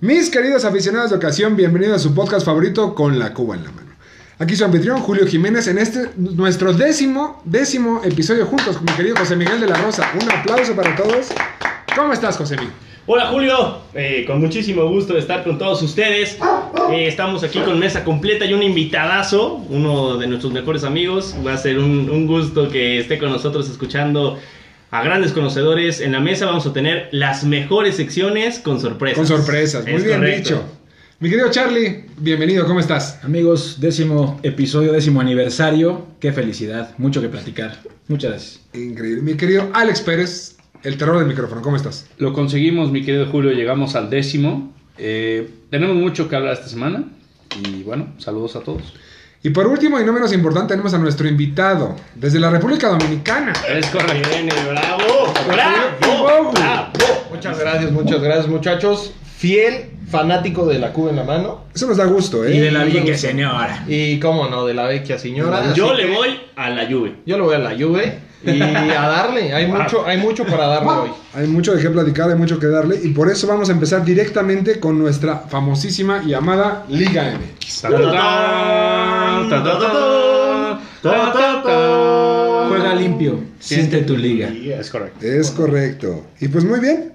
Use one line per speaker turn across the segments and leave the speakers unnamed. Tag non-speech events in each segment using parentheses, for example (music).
Mis queridos aficionados de ocasión, bienvenidos a su podcast favorito con la Cuba en la mano. Aquí su anfitrión Julio Jiménez en este nuestro décimo décimo episodio juntos con mi querido José Miguel de la Rosa. Un aplauso para todos. ¿Cómo estás, José Miguel?
Hola Julio, Eh, con muchísimo gusto de estar con todos ustedes. Eh, estamos aquí con mesa completa y un invitadazo, uno de nuestros mejores amigos. Va a ser un, un gusto que esté con nosotros escuchando a grandes conocedores. En la mesa vamos a tener las mejores secciones con sorpresas.
Con sorpresas, muy
Es
bien
correcto.
dicho. Mi querido Charlie, bienvenido, ¿cómo estás?
Amigos, décimo episodio, décimo aniversario. Qué felicidad, mucho que platicar. Muchas gracias.
Increíble. Mi querido Alex Pérez, el terror del micrófono, ¿cómo estás?
Lo conseguimos, mi querido Julio, llegamos al décimo. Eh, tenemos mucho que hablar esta semana. Y bueno, saludos a todos.
Y por último y no menos importante, tenemos a nuestro invitado desde la República Dominicana.
Es correcto.
Bien, eh, bravo, bravo, bravo.
Muchas gracias, muchas gracias, muchachos. Fiel fanático de la Cuba en la mano.
Eso nos da gusto, ¿eh?
Y de la Vique, señora.
Y cómo no, de la vecchia señora.
Yo
Así
le
que
voy a la lluvia.
Yo le voy a la Juve (laughs) y a darle. Hay mucho, hay mucho para darle hoy.
Hay mucho de qué platicar, hay mucho que darle y por eso vamos a empezar directamente con nuestra famosísima y amada Liga M.
Juega limpio, siente tu liga.
Es correcto.
Es correcto. Y pues muy bien,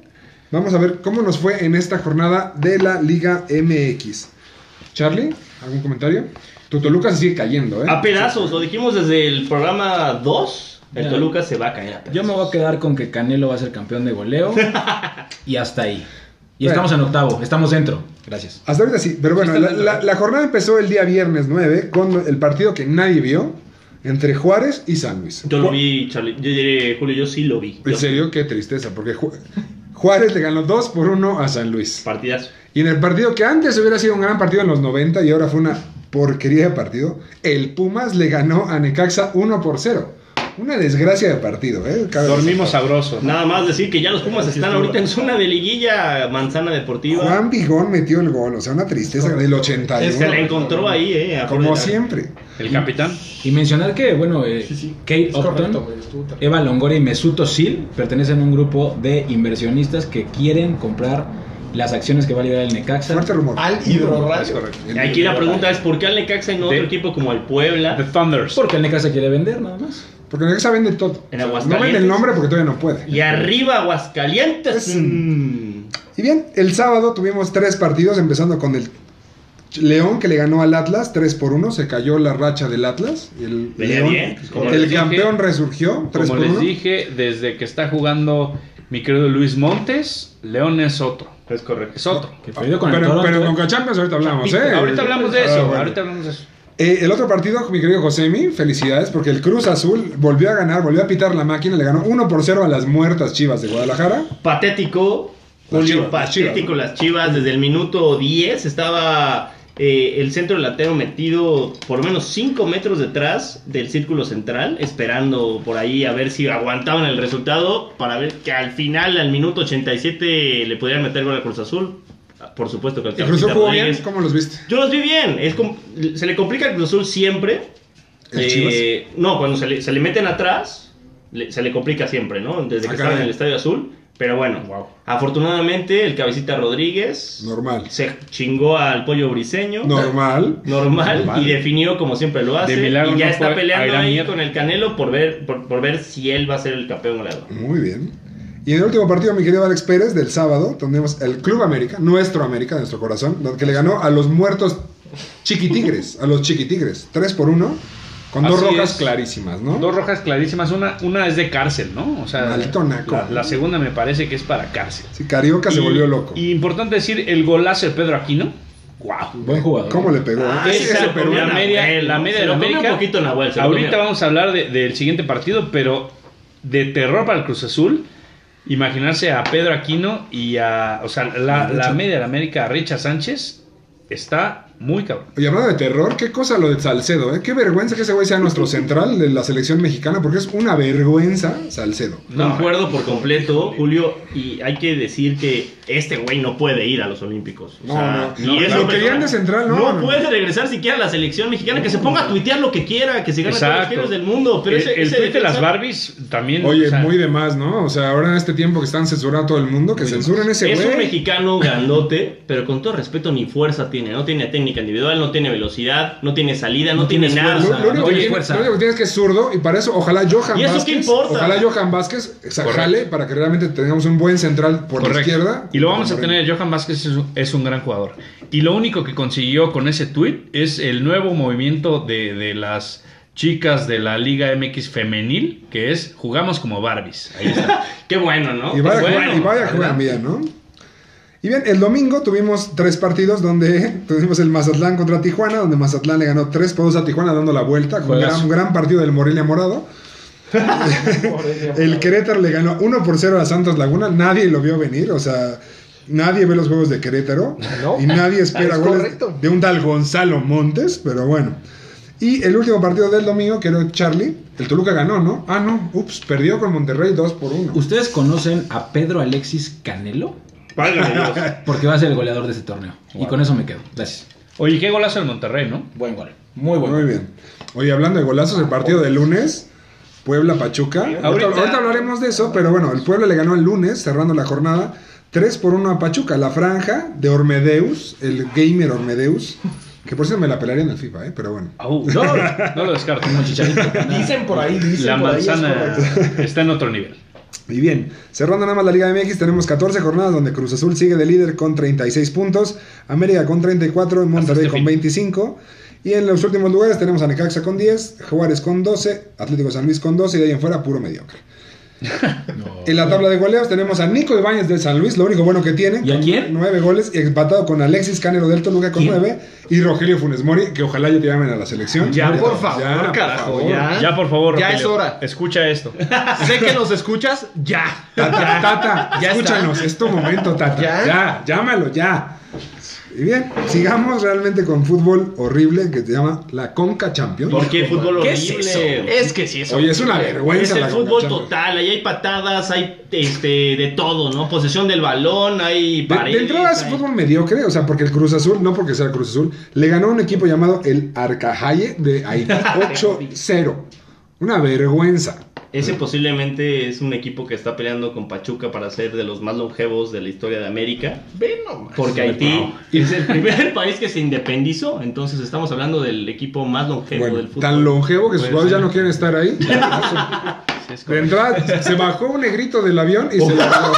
vamos a ver cómo nos fue en esta jornada de la Liga MX. Charlie, ¿algún comentario? Tu Toluca se sigue cayendo, ¿eh?
A pedazos, lo dijimos desde el programa 2. El
Ya.
Toluca se va a caer a pedazos.
Yo me voy a quedar con que Canelo va a ser campeón
(laughs)
de goleo. Y hasta ahí. Y
Bueno.
estamos en octavo, estamos dentro. Gracias.
Hasta ahorita sí, pero bueno,
Sí está
la,
dentro.
la- la jornada empezó el día viernes 9 con el partido que nadie vio entre Juárez y San Luis.
Yo lo vi, Charlie. Yo diré, Julio, yo sí lo vi. Yo-
En serio, qué tristeza, porque Ju- Juárez le ganó 2 por 1 a San Luis.
Partidazo.
Y en el partido que antes hubiera sido un gran partido en los 90 y ahora fue una porquería de partido, el Pumas le ganó a Necaxa 1 por 0. Una desgracia de partido, ¿eh? Cabe
Dormimos sabroso. ¿no?
Nada más decir que ya los Pumas están ahorita en zona de liguilla, manzana deportiva.
Juan Vigón metió el gol, o sea, una tristeza del
se la
81.
encontró ahí, eh. a
Como
Florida.
siempre.
El capitán.
Y mencionar que, bueno, eh, Kate Upton,
Eh,
Eva Longoria y Mesut Özil pertenecen a un grupo de inversionistas que quieren comprar las acciones que va a liberar el Necaxa.
Fuerte rumor.
Al hidrorrayo.
Y Aquí la pregunta es: ¿por qué al Necaxa y no a otro
De-
equipo como al Puebla?
The Thunders.
Porque el Necaxa quiere vender, nada más.
Porque Necaxa vende todo.
En
no vende
Aguascalientes.
el nombre porque todavía no puede.
Y arriba Aguascalientes.
Es-
Mm.
Y bien, el sábado tuvimos tres partidos, empezando con el León que le ganó al Atlas 3 por 1, se cayó la racha del Atlas. El,
Venía
León-
bien, pues, como
el
les dije.
campeón resurgió 3
Como
por
les
1.
dije, desde que está jugando mi querido Luis Montes, León es otro.
Es correcto.
Es otro.
Que perdió con el
Pero,
Toronto,
pero
eh.
con Cachampions ahorita hablamos, ¿eh?
Ahorita hablamos de
Ah,
eso.
bueno.
Ahorita hablamos de eso.
Eh, el otro partido, mi querido Josemi, felicidades, porque el Cruz Azul volvió a ganar, volvió a pitar la máquina, le ganó 1 por 0 a las muertas chivas de Guadalajara.
patético,
Las
Julio,
Chivas, las
patético las chivas. Desde el minuto 10 estaba eh, el centro delantero metido por lo menos 5 metros detrás del círculo central, esperando por ahí a ver si aguantaban el resultado para ver que al final, al minuto 87, le podían meter gol a Cruz Azul. Ah, Por supuesto que al
¿El Cruz Azul
Cabecita
jugó bien?
Rodríguez.
¿Cómo los viste?
Yo los vi bien. Es com- se le complica al Cruz Azul siempre.
¿El
Eh, no, cuando se le, se le meten atrás, le- se le complica siempre, ¿no? Desde
Ah,
que estaba en
caray.
el Estadio Azul. Pero bueno, afortunadamente el Cabecita Rodríguez
Normal.
se chingó al pollo briseño.
Normal.
Normal,
Normal.
y definió como siempre lo hace.
De milagro
y ya
no
está
fue
peleando
Ayrán
ahí
Mier.
con el Canelo por ver, por, por ver si él va a ser el campeón goleador.
Muy bien. Y en el último partido, mi querido Alex Pérez, del sábado, tenemos el Club América, nuestro América, nuestro corazón, que le ganó a los muertos chiquitigres, a los chiquitigres, 3 por 1, con dos
Así
rojas
es.
clarísimas, ¿no?
Dos rojas clarísimas. Una, una es de cárcel, ¿no? O sea,
Maldito naco.
La, la segunda me parece que es para cárcel.
Sí, Carioca se
Y-
volvió loco.
Y importante decir, el golazo de Pedro Aquino. Wow.
Buen jugador.
¿Cómo le pegó? eh?
Ah,
Ese-
ese se
ese
lo
Perú-
comió
la media- la media
Se
de
lo comió
América.
un poquito Nahuel. se lo
Ahorita
comió.
vamos a hablar de- del siguiente partido, pero de terror para el Cruz Azul. Imaginarse a Pedro Aquino y a. O sea, la, la media de la América, a Richard Sánchez. está muy cabrón.
Y hablando de terror, qué cosa lo de Salcedo, ¿eh? Qué vergüenza que ese güey sea nuestro central de la selección mexicana, porque es una vergüenza Salcedo.
No, Concuerdo por completo, Julio, y hay que decir que este güey no puede ir a los Olímpicos. O
No,
sea,
no, no,
ni es
claro.
una
Lo querían
persona-
de central, no, no.
puede regresar siquiera a la selección mexicana, que se ponga a tuitear lo que quiera, que se gane todos los premios del mundo. Pero
el,
ese,
el
ese
tuit de las
defensa-
Barbies también.
Oye,
o sea,
muy de más, ¿no? O sea, ahora en este tiempo que están censurando a todo el mundo, que censuren ese
Es un
güey.
mexicano grandote, pero con todo respeto ni fuerza tiene. No tiene técnica individual, no tiene velocidad, no tiene salida, no,
No
tiene
tiene
nada.
Lo, lo
no
único que
tiene
tiene-
fuerza.
lo único que tiene es que es zurdo y para eso ojalá Johan
¿Y eso qué
Vázquez,
importa?
ojalá Johan Vázquez se
Correcto.
jale para que realmente tengamos un buen central por la
correcto.
izquierda.
Y lo vamos a
Moreno.
tener. Johan Vázquez es un, es un gran jugador. Y lo único que consiguió con ese tuit es el nuevo movimiento de, de las chicas de la Liga MX femenil, que es jugamos como Barbies. Ahí está.
Qué bueno, ¿no?
Y
Qué
vaya, a
bueno.
jugar- y vaya a
¿verdad?
jugar bien, ¿no? Y bien, el domingo tuvimos tres partidos donde (laughs) tuvimos el Mazatlán contra Tijuana, donde Mazatlán le ganó tres por dos a Tijuana dando la vuelta, con un
Juegazo.
gran, gran partido del Morelia
(laughs)
Morado. el Querétaro le ganó 1 por 0 a Santos Laguna, nadie lo vio venir, o sea, nadie ve los juegos de Querétaro
No.
y nadie espera
(laughs) Es
goles
correcto.
de un tal Gonzalo Montes, pero bueno. Y el último partido del domingo, que era Charlie, el Toluca ganó, ¿no? Ah, no, ups, perdió con Monterrey 2 por 1.
¿Ustedes conocen a Pedro Alexis Canelo?
Válgame Dios.
Porque va a ser el goleador de este torneo. Y con eso me quedo. Gracias.
Oye, qué golazo el Monterrey, ¿no?
Buen gol.
Muy
(laughs)
bueno.
Muy bien. Oye, hablando de golazos, el partido de lunes, Puebla-Pachuca. Ahorita, ahorita hablaremos de eso, pero bueno, el Puebla le ganó el lunes, cerrando la jornada, 3 por 1 a Pachuca. La franja de Ormedeus, el gamer Ormedeus, que por cierto me la pelaría en el FIFA, ¿eh? pero bueno.
Au, no, no lo descarto.
Como
(laughs)
chicharito.
Dicen por ahí, dicen
La
por ahí, es
manzana
correcto.
está en otro nivel.
Y bien, cerrando nada más la Liga MX, tenemos 14 jornadas donde Cruz Azul sigue de líder con 36 puntos, América con
Ah,
34,
pues
Monterrey
este
con
fin.
25. Y en los últimos lugares tenemos a Necaxa con 10, Juárez con 12, Atlético San Luis con 12 y de ahí en fuera puro
(laughs)
mediocre. En la tabla de goleos tenemos a Nico Ibáñez del San Luis, lo único bueno que tiene.
¿Y a
con
quién?
Nueve goles, y empatado con Alexis Canelo del Toluca con
¿Quién?
nueve y Rogelio Funes Mori, que ojalá ya te llamen a la selección.
Ya, por favor,
por
carajo,
favor.
ya.
Ya, por favor,
Ah, Ya
Rogelio,
es hora.
Escucha esto.
Sé que nos escuchas, ya.
Tata, Tata,
Ya
escúchanos, es tu momento, Tata.
¿Ya?
ya, llámalo, ya. Y bien, sigamos realmente con fútbol horrible que se llama la Conca Champions.
¿Por qué fútbol horrible?
¿Qué es eso?
Es que sí, eso.
Oye, es una vergüenza
Es el
la
fútbol
Conca Champions.
total, ahí hay patadas, hay este, de todo, ¿no? Posesión del balón, hay
De,
paredes.
de entrada es
hay-
fútbol mediocre, o sea, porque el Cruz Azul, no porque sea el Cruz Azul, le ganó a un equipo llamado el Arcajaye de
(laughs)
Haití 8-0. Una vergüenza.
Ese posiblemente es un equipo que está peleando con Pachuca para ser de los más longevos de la historia de América.
Ve nomás.
Porque Haití es el primer (laughs) país que se independizó. Entonces estamos hablando del equipo más longevo
Bueno,
del fútbol.
tan longevo que sus
Puede
jugadores ya
ser.
no quieren estar ahí.
Sí, es
De
correcto.
entrada, se bajó un negrito del avión y se bajó.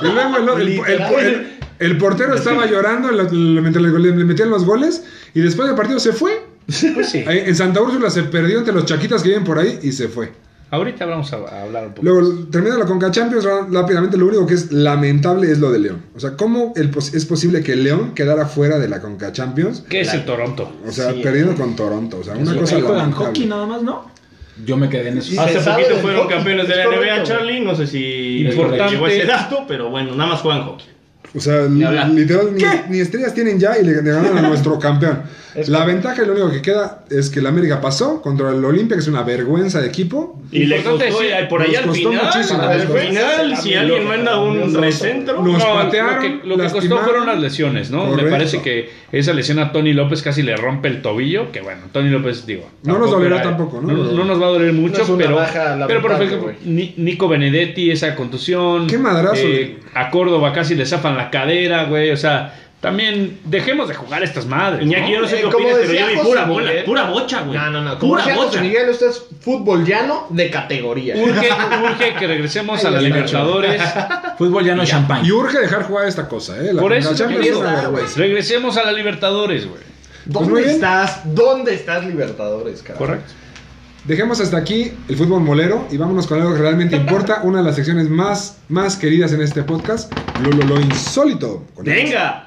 Y luego el, el- el- el- el portero estaba llorando lo- lo- mientras le, le metían los goles. Y después del partido se fue.
Pues sí.
Ahí En Santa Úrsula se perdió entre los chaquitas que viven por ahí y se fue.
Ahorita vamos a, a hablar un poco.
Luego, termina la Conca Champions ra- rápidamente. Lo único que es lamentable es lo de León. O sea, ¿cómo el pos- es posible que León quedara fuera de la Conca Champions?
¿Qué es el Toronto?
O sea, perdiendo con Toronto. O sea, una
Ahí
cosa
juegan
lamentable.
hockey nada más, ¿no? Yo me quedé en eso.
Ah,
Hace
Se sabe
poquito
del
fueron
hockey,
campeones de
es
la NBA,
correcto.
Charlie. No sé si
Importante.
llegó ese dato, pero bueno, nada más juegan hockey.
O sea,
Ni hablar.
literal, ni, ni estrellas tienen ya y le ganaron a nuestro campeón. La ventaja y lo único que queda es que el América pasó contra el Olimpia, que es una vergüenza de equipo.
Y le costó,
Importante decir,
eh, por ahí
nos
al
costó
final,
muchísimo,
al
nos costó.
final, si alguien manda un recentro,
Nos
No,
patearon,
lo que, lo que costó
lastimaron.
fueron las lesiones, ¿no?
Correcto.
Me parece que esa lesión a Tony López casi le rompe el tobillo, que bueno, Tony López, digo...
No nos
tampoco
dolerá
era-
tampoco, ¿no?
No, nos va a doler mucho,
No es una
pero...
baja lamentable,
pero por ejemplo,
güey.
Ni- Nico Benedetti, esa contusión... eh,
Qué madrazo, güey.
a Córdoba casi le zafan la cadera, güey, o sea... También dejemos de jugar estas madres, ¿no?
Iñaki, yo no sé
Eh,
qué
como
opinas, pero
decía
yo vi
José
pura
Miguel.
bola, pura bocha, güey.
No, no, no. Como
Pura
decía José
bocha.
Miguel, usted es fútbol llano de categoría.
Urge, urge que regresemos a la Libertadores.
Ah, Fútbol ya no es champán.
Y urge dejar jugar esta cosa, ¿eh? La
Por eso
Conca
te
Champions es
digo,
una
está,
vergüenza.
Regresemos a la Libertadores, güey.
Pues muy
¿Dónde
bien.
estás? ¿Dónde estás, Libertadores, carajo?
Correcto.
Dejemos hasta aquí el fútbol molero y vámonos con algo que realmente importa, (laughs) una de las secciones más, más queridas en este podcast, lo, lo, lo insólito. Con el-
Venga.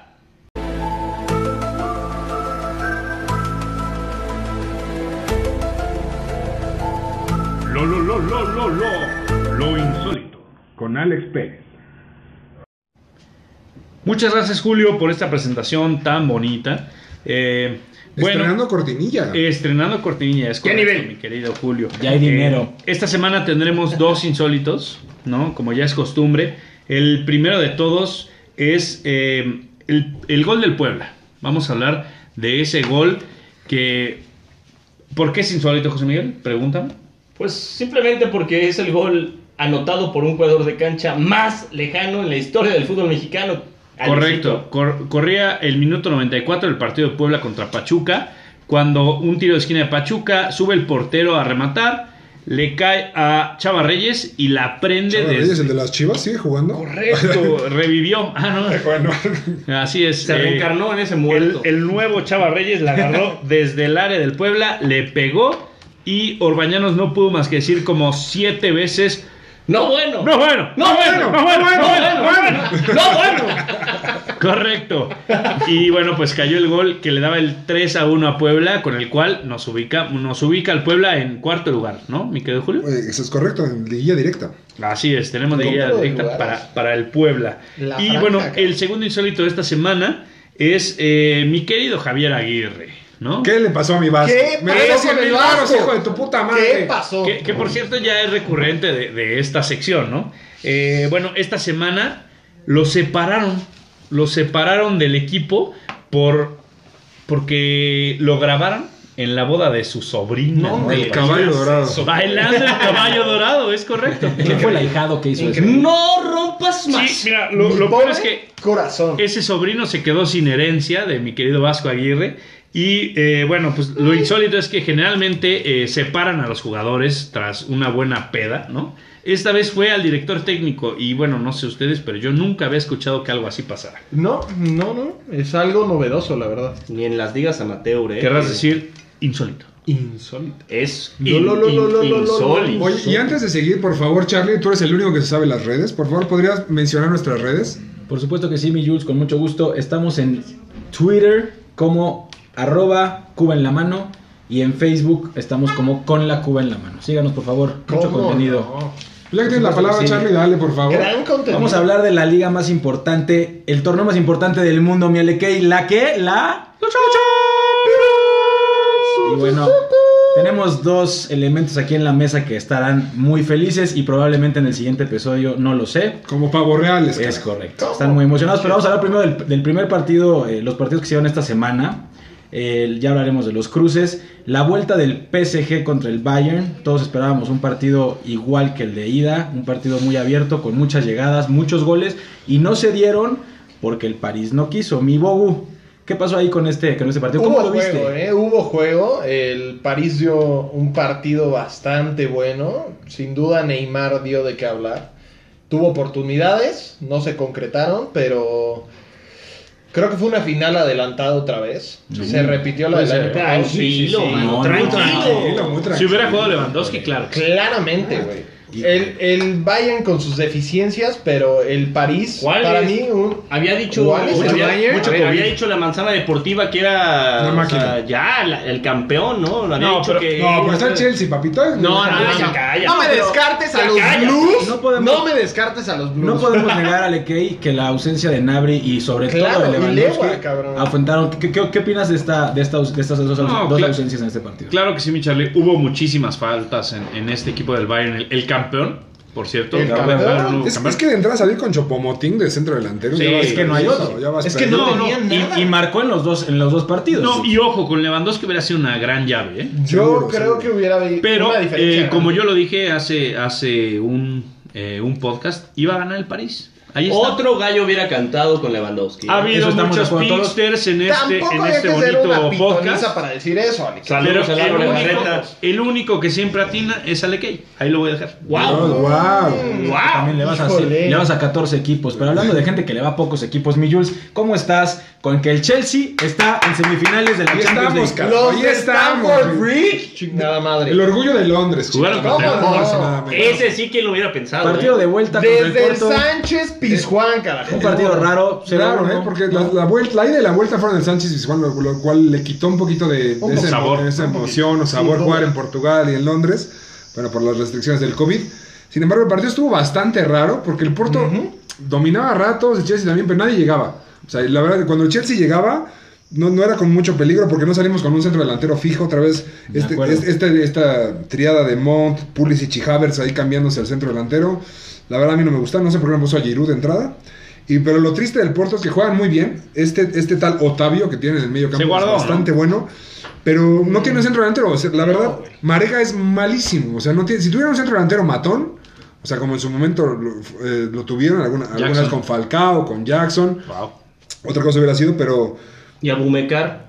Lo, lo, lo, lo, lo, lo, lo insólito. Con Alex Pérez. Muchas gracias, Julio, por esta presentación tan bonita. Eh, bueno,
Estrenando cortinilla.
estrenando cortinilla, es
¿Qué
correcto,
nivel?
mi querido Julio. Eh,
Ya hay dinero.
esta semana tendremos dos insólitos, ¿no? Como ya es costumbre. El primero de todos es eh, el, el gol del Puebla. Vamos a hablar de ese gol que... ¿Por qué es insólito, José Miguel? Pregúntame.
Pues simplemente porque es el gol anotado por un jugador de cancha más lejano en la historia del fútbol mexicano.
Correcto, Cor- corría el minuto 94 del partido de Puebla contra Pachuca, cuando un tiro de esquina de Pachuca sube el portero a rematar, le cae a Chava Reyes y la prende
Chava Reyes,
desde...
el de las chivas, sigue jugando. (laughs)
Correcto, revivió. Ah,
Bueno, (laughs)
no. Así es.
Se
eh,
reencarnó en ese
el,
muerto.
el nuevo Chava Reyes la agarró
(laughs)
desde el área del Puebla, le pegó y Orbañanos no pudo más que decir como siete veces...
No bueno.
No bueno,
No bueno.
no bueno, no bueno, no bueno.
No bueno.
Correcto. Y bueno, pues cayó el gol que le daba el 3 a 1 a Puebla, con el cual nos ubica, nos ubica al Puebla en cuarto lugar, ¿no? Mi querido Julio.
eh, eso es correcto, en liguilla directa.
Así es, tenemos de guía
Conjunto de
directa
lugares.
para, para el Puebla.
La
y
franja,
bueno,
cara.
el segundo insólito de esta semana es eh, mi querido Javier Aguirre, ¿no?
¿Qué le pasó a mi Vasco?
¿Qué
Me
pasó
merecen
con
el
el
varos,
Vasco?
hijo de tu puta madre.
¿Qué pasó?
Que, que, por cierto ya es recurrente de, de esta sección, ¿no? Eh, bueno, esta semana lo separaron, lo separaron del equipo por porque lo grabaron en la boda de su sobrina.
No,
¿no?
hombre,
El caballo dorado.
Bailando el caballo dorado, es correcto.
¿Quién fue el ahijado que hizo eso?
No rompas más.
Sí, mira, lo, lo peor
Pobre
es que
corazón.
ese sobrino se quedó sin herencia de mi querido Vasco Aguirre. Y eh, bueno, pues lo insólito es que generalmente eh, separan a los jugadores tras una buena peda, ¿no? Esta vez fue al director técnico y bueno, no sé ustedes, pero yo nunca había escuchado que algo así pasara.
No, no, no. Es algo novedoso, la verdad.
Ni en las ligas amateur, eh.
Querrás decir, insólito.
Insólito.
Es
No, no, no, no, no, no, no, no.
insólito.
Oye, y antes de seguir, por favor, Charlie, tú eres el único que se sabe las redes. Por favor, ¿podrías mencionar nuestras redes?
Por supuesto que sí, mi Jules, con mucho gusto. Estamos en Twitter como arroba Cuba en la mano y en Facebook estamos como con la Cuba en la mano. Síganos, por favor. Mucho
¿Cómo
contenido.
no?
Ya que tienes la
supuesto
palabra,
que sí.
Charlie, dale, por favor.
Gran contenido.
Vamos a hablar de la liga más importante, el torneo más importante del mundo, mi Alekei. ¿La que La... Y bueno, tenemos dos elementos aquí en la mesa que estarán muy felices y probablemente en el siguiente episodio, no lo sé,
Como pavos reales.
es
carajo.
correcto. Están muy emocionados, pero vamos a hablar primero del, del primer partido, eh, los partidos que se dieron esta semana. Eh, ya hablaremos de los cruces. La vuelta del PSG contra el Bayern. Todos esperábamos un partido igual que el de ida, un partido muy abierto, con muchas llegadas, muchos goles, y no se dieron porque el París no quiso. Mi Bogu, ¿qué pasó ahí con este, con este partido? ¿Cómo
Hubo
lo viste?
juego, ¿eh? Hubo juego. El París dio un partido bastante bueno. Sin duda Neymar dio de qué hablar. Tuvo oportunidades, no se concretaron, pero creo que fue una final adelantada otra vez. Se repitió la del año pasado.
Tranquilo, mano,
No,
tranquilo.
Tranquilo, muy
Si
tranquilo.
hubiera jugado Lewandowski, claro.
Claramente,
Ah,
y-
güey. El, el Bayern con sus deficiencias, pero el París,
¿Cuál
para
es?
mí, un,
Había dicho,
¿Cuál es el
había,
Bayern?
mucho-
A ver,
había
a ver.
dicho la manzana deportiva que era
Una
o sea,
máquina.
ya la- el campeón, ¿no? Lo había
No,
dicho
pero-
que
No, pero está el Chelsea, papito.
No, no,
Ah,
no,
ya
no.
calla.
No me
pero-
descartes a
ya
los
calla.
Blues.
No
No,
podemos-
me descartes a los Blues.
No podemos negar a Lekey que la ausencia de Nabri y sobre
Claro,
todo de
y
Lewandowski
Lewa, cabrón.
afrontaron. ¿Qué, qué, qué opinas de, esta, de, esta aus- de estas dos, aus-
No,
dos
cla-
ausencias en este partido?
Claro que sí, mi Charlie. Hubo muchísimas faltas en, en este equipo del Bayern. El, el campeón, por cierto.
El
Robert
campeón.
Bayern, nuevo
Es,
campeón.
es que de entrada a salir con Chopomotín de centro delantero.
Sí,
ya vas
es que no hay
perdido,
otro.
ya vas
Es que
perdido.
no tenía nada.
y, y marcó en los dos, en los dos partidos.
No, y ojo, con Lewandowski hubiera sido una gran llave, ¿eh?
Yo
Seguro,
creo
seguro.
que hubiera habido
Pero,
una diferencia.
eh, como yo lo dije hace, hace un, eh, un podcast, iba a ganar el París. Ahí está.
Otro gallo hubiera cantado con Lewandowski. ¿eh?
Ha
Eso
habido
estamos
muchos
de acuerdo todos.
pinksters en este,
Tampoco
en
hay
este
que ser una
bonito
pitoniza
podcast.
para decir eso, Alex.
Saludos a
Pero el
Álvaro
único,
Garreta.
el único que siempre atina es Alekei. Ahí lo voy a dejar.
No,
Wow.
Oh, wow.
Mm.
Wow.
También le vas, a,
Híjole.
le vas a 14 equipos. Pero hablando de gente que le va a pocos equipos, mi Jules, ¿cómo estás con que el Chelsea está en semifinales de la
Ahí estamos,
Champions League?
carajo. Ahí
Los
estamos.
Stamford
güey.
Bridge. Chingada madre.
El orgullo de Londres.
Jugaron
chicos.
contra
Nada más,
el-
nada menos.
Ese sí que lo hubiera pensado.
Partido
eh.
de vuelta contra
Desde
el
el
Porto.
Sánchez Pizjuán, carajo.
Un partido raro.
Sí, Claro,
raro,
¿eh?
¿no?
porque la, la vuelta, la ida y la vuelta fueron el Sánchez Pizjuán, lo, lo cual le quitó un poquito de, de
Un
ese-
sabor.
de esa emoción o sabor
Sí,
jugar
todo.
en Portugal y en Londres, bueno, por las restricciones del COVID. Sin embargo, el partido estuvo bastante raro porque el Porto dominaba a ratos, el Chelsea también, pero nadie llegaba. O sea, la verdad, cuando el Chelsea llegaba, no, no era con mucho peligro porque no salimos con un centro delantero fijo otra vez.
De
Este,
acuerdo.
es- este- esta triada de Mont, Pulisic y Havers ahí cambiándose al centro delantero. La verdad a mí no me gusta, no sé por qué me puso a Giroud de entrada. Y, pero lo triste del Porto es que juegan muy bien. Este, este tal Otavio que tiene en el medio campo
Se guardó,
es bastante bueno. Pero
Mm.
no tiene centro delantero. O sea, la verdad, Marega es malísimo. O sea, no tiene, si tuviera un centro delantero matón, o sea, como en su momento lo, eh, lo tuvieron alguna- algunas
Jackson.
con Falcao, con Jackson.
Wow.
Otra cosa hubiera sido, pero
Y Abumecar,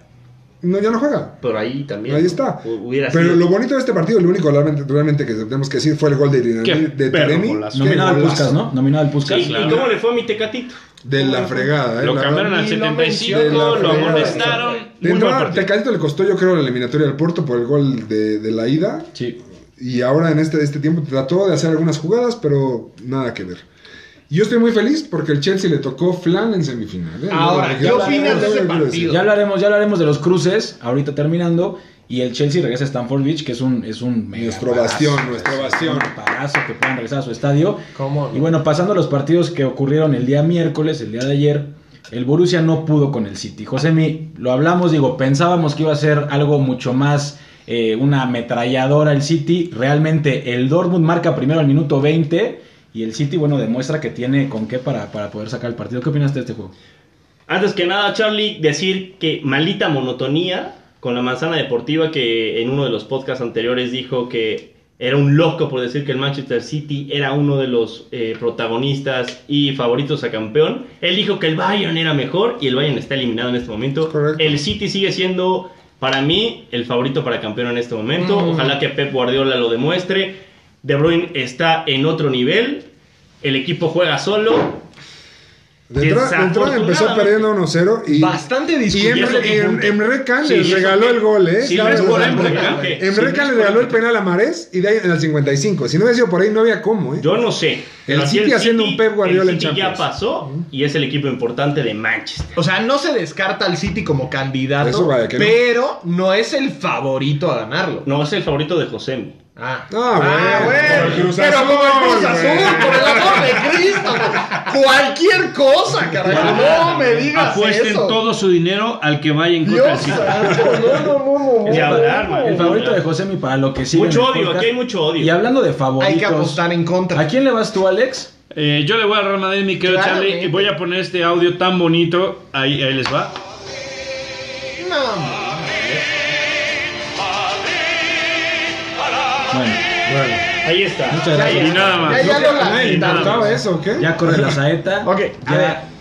no, ya no juega.
por ahí también.
Ahí
¿no?
está.
Hu- Hubiera
Pero
sido.
lo bonito de este partido, lo único realmente, realmente que tenemos que decir fue el gol de,
Qué
de, de
perro
Taremi.
golazo.
Qué
Nominado al
golazo.
Puskas, ¿no? Nominado al
Sí,
Puskas.
¿Y
claro.
cómo le fue a mi Tecatito?
De la fregada. ¿eh?
Lo
La
cambiaron
verdad.
al
Ni lo
75,
mencionó,
lo
la verdad.
amonestaron.
De
Muy mal
entrada,
partido.
Tecatito le costó, yo creo, la eliminatoria del Porto por el gol de, de la ida.
Sí.
Y ahora en este, este tiempo trató de hacer algunas jugadas, pero nada que ver. Y Yo estoy muy feliz porque el Chelsea le tocó flan en semifinal. ¿eh?
Ahora,
No,
¿qué
no,
opinas
no, no,
de ese
no quiero
partido?
decir.
Ya hablaremos, ya hablaremos de los cruces, ahorita terminando. Y el Chelsea regresa a Stamford Beach, que es un. Es un mega
Nuestro bastión,
palazo,
nuestro
es un
bastión.
palazo que puedan regresar a su estadio.
¿Cómo no?
Y bueno, pasando a los partidos que ocurrieron el día miércoles, el día de ayer, el Borussia no pudo con el City. Josemi, lo hablamos, digo, pensábamos que iba a ser algo mucho más. eh, una ametralladora el City. Realmente el Dortmund marca primero al minuto 20. Y el City, bueno, demuestra que tiene con qué para, para poder sacar el partido. ¿Qué opinas de este juego?
Antes que nada, Charlie, decir que malita monotonía con la manzana deportiva que en uno de los podcasts anteriores dijo que era un loco por decir que el Manchester City era uno de los eh, protagonistas y favoritos a campeón. Él dijo que el Bayern era mejor y el Bayern está eliminado en este momento.
Correcto.
El City sigue siendo, para mí, el favorito para campeón en este momento. Ojalá que Pep Guardiola lo demuestre. De Bruyne está en otro nivel. El equipo juega solo.
De entrada, de entrada empezó perdiendo 1-0 y
Bastante
Y
discutible.
Emre, y
ese
Em-
punto.
Emre Can
Sí,
les
sí,
regaló
sí.
el gol, ¿eh?
Sí,
Claro,
no es
o
por
sea,
Emre Can,
Emre
que- sí,
Can
no es
le
por
regaló el
Emre Can.
penal a Marés y de ahí en el 55. Si no hubiera sido por ahí, no había cómo, ¿eh?
Yo no sé.
El
aquí
City haciendo un Pep Guardiola
el City
en
ya
Champions.
pasó y es el equipo importante de Manchester.
O sea, no se descarta al City como candidato,
Eso vaya que no.
pero no. es el favorito a ganarlo.
No es el favorito de José.
Ah,
Ah, bueno, por el Cruz
pero
Azul,
como el Cruz Azul,
güey.
por el amor de Cristo, güey. cualquier cosa, carajo, no me digas
Apuesten
eso.
todo su dinero al que vaya en contra del
Dios
City.
santo, no, no, no, no,
Ni
no.
hablar, man.
El favorito de Josemi para lo que sigue.
Mucho
en el
odio,
podcast.
aquí hay mucho odio.
Y hablando de
Hay
favoritos.
que apostar en contra.
¿A quién le vas tú, Alex?
Eh, yo le voy a Real Madrid, mi querido
Claramente.
Charlie, y voy a poner este audio tan bonito. Ahí, ahí les va.
No, man.
Bueno,
Bueno,
Ahí está.
muchas
Ya,
gracias.
Y nada
ya,
más.
ya lo
¿Nadie
lamentamos.
importaba eso o qué?
Ya corre la saeta.
(laughs) Ok, a
Ya-
ver.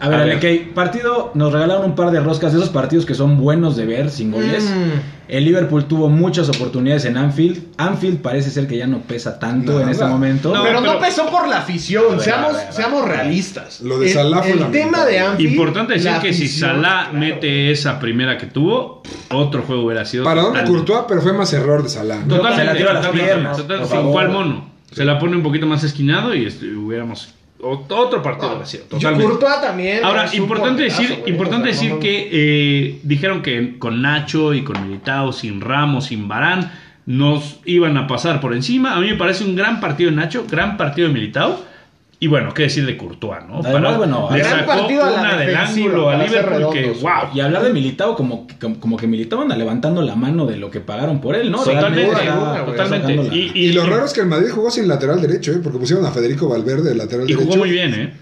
A ver,
A
Alec, partido, nos regalaron un par de roscas, de esos partidos que son buenos de ver, sin goles.
Mm.
El Liverpool tuvo muchas oportunidades en Anfield. Anfield parece ser que ya no pesa tanto
Nada.
en este momento.
No,
pero, no
pero-
pesó por la afición,
ver,
seamos,
a ver, a ver.
seamos realistas.
Lo de
El-
Salah fue
El,
lamentable.
tema de Anfield.
Importante decir
la
que si
afición,
Salah
claro.
mete esa primera que tuvo, otro juego hubiera sido.
Para dónde
totalmente-
Courtois, pero fue más error de Salah. ¿no?
Totalmente,
Se la tira a las
totalmente,
piernas,
total-
por
sin
favor.
cual mono. Se la pone un poquito más esquinado y est- hubiéramos ot- otro
Ah.
partido. hubiera sido, totalmente.
Courtois también.
Ahora,
Eh, es un
importante
porterazo,
decir,
güey,
importante
o sea,
decir
no-
que eh, dijeron que con Nacho y con Militao, sin Ramos, sin Barán, nos iban a pasar por encima. A mí me parece un gran partido de Nacho, gran partido de Militao. Y bueno, qué decir de Courtois, ¿no?
Además, bueno,
le
gran
sacó
partido a la
una del
defensiva,
ángulo a
para ser
Liverpool que,
redondos.
wow.
Y hablar de Militao, como, que- como, como que Militao anda levantando la mano de lo que pagaron por él, ¿no?
Totalmente,
Realmente está-
duda,
está
güey,
totalmente.
sacando la-
Y, y-
Y lo raro es que el Madrid jugó sin lateral derecho, ¿eh? Porque pusieron a Federico Valverde de lateral
y
derecho.
jugó muy bien, ¿eh?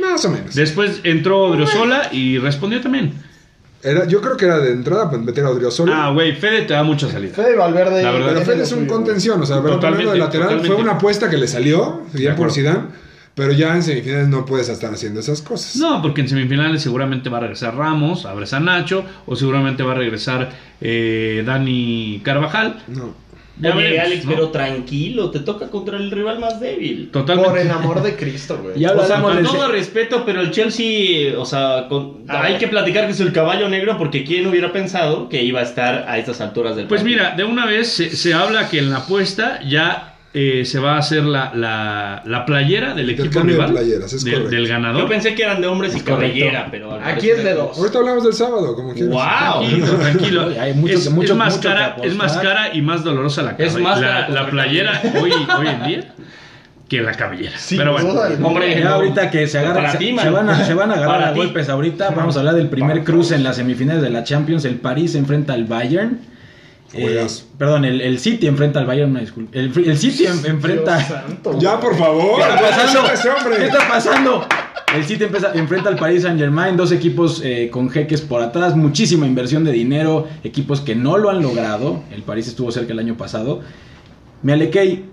Más o menos.
Después entró Odriozola y respondió también.
Era, yo creo que era de entrada pues, meter a Odriozola.
Ah, güey, Fede te da mucha salida.
Fede Valverde.
La verdad.
Pero
Pero
Fede es un contención, o sea, pero
Totalmente,
ponerlo de lateral fue
totalmente.
una apuesta que le salió, ya por
acuerdo.
Zidane, pero ya en semifinales no puedes estar haciendo esas cosas.
No, porque en semifinales seguramente va a regresar Ramos, a regresar Nacho, o seguramente va a regresar eh, Dani Carvajal.
No.
Ya
Oye,
veremos,
Alex,
¿no?
pero tranquilo, te toca contra el rival más débil.
Totalmente.
Por el amor de Cristo, güey.
Ya
O sea,
hablaremos
con
de-
todo respeto, pero el Chelsea, o sea, con-
A
hay
ver.
que platicar que es el caballo negro porque quién hubiera pensado que iba a estar a estas alturas del
Pues
partido?
mira, de una vez se, se habla que en la apuesta ya eh, se va a hacer la, la- la playera del equipo
Intercambio de
rival.
playeras, es
del-
correcto.
del
yo
ganador.
pensé que eran de hombres y
correcto.
cabellera, pero al
Aquí
parecer-
es de dos.
Ahorita hablamos del sábado, como quieras.
¡Wow!
Tranquilo, tranquilo.
Oye, hay mucho-
es,
mucho-
es más
mucho que
cara,
apostar.
es más cara y más dolorosa la,
Es
cabe-
más cara
la, la
contra
playera hoy, hoy en día. que en la cabellera.
Sin
Pero bueno,
duda alguna.
hombre,
Ya
no.
ahorita que se agarran,
Para
se,
ti,
se
mano.
van a, se van a agarrar
Para
a
ti.
golpes ahorita. Vamos a hablar del primer cruce en las semifinales de la Champions. El París enfrenta al Bayern. Eh,
Juegazo.
perdón, el, el City enfrenta al Bayern, una disculpa. El, el City en-
Dios
enfrenta.
santo,
Ya,
güey.
por favor.
¿Qué está pasando?
Ese hombre.
¿Qué está pasando? El City empieza- enfrenta al Paris Saint Germain, dos equipos eh, con jeques por atrás, muchísima inversión de dinero, equipos que no lo han logrado. El París estuvo cerca el año pasado. Me alequé,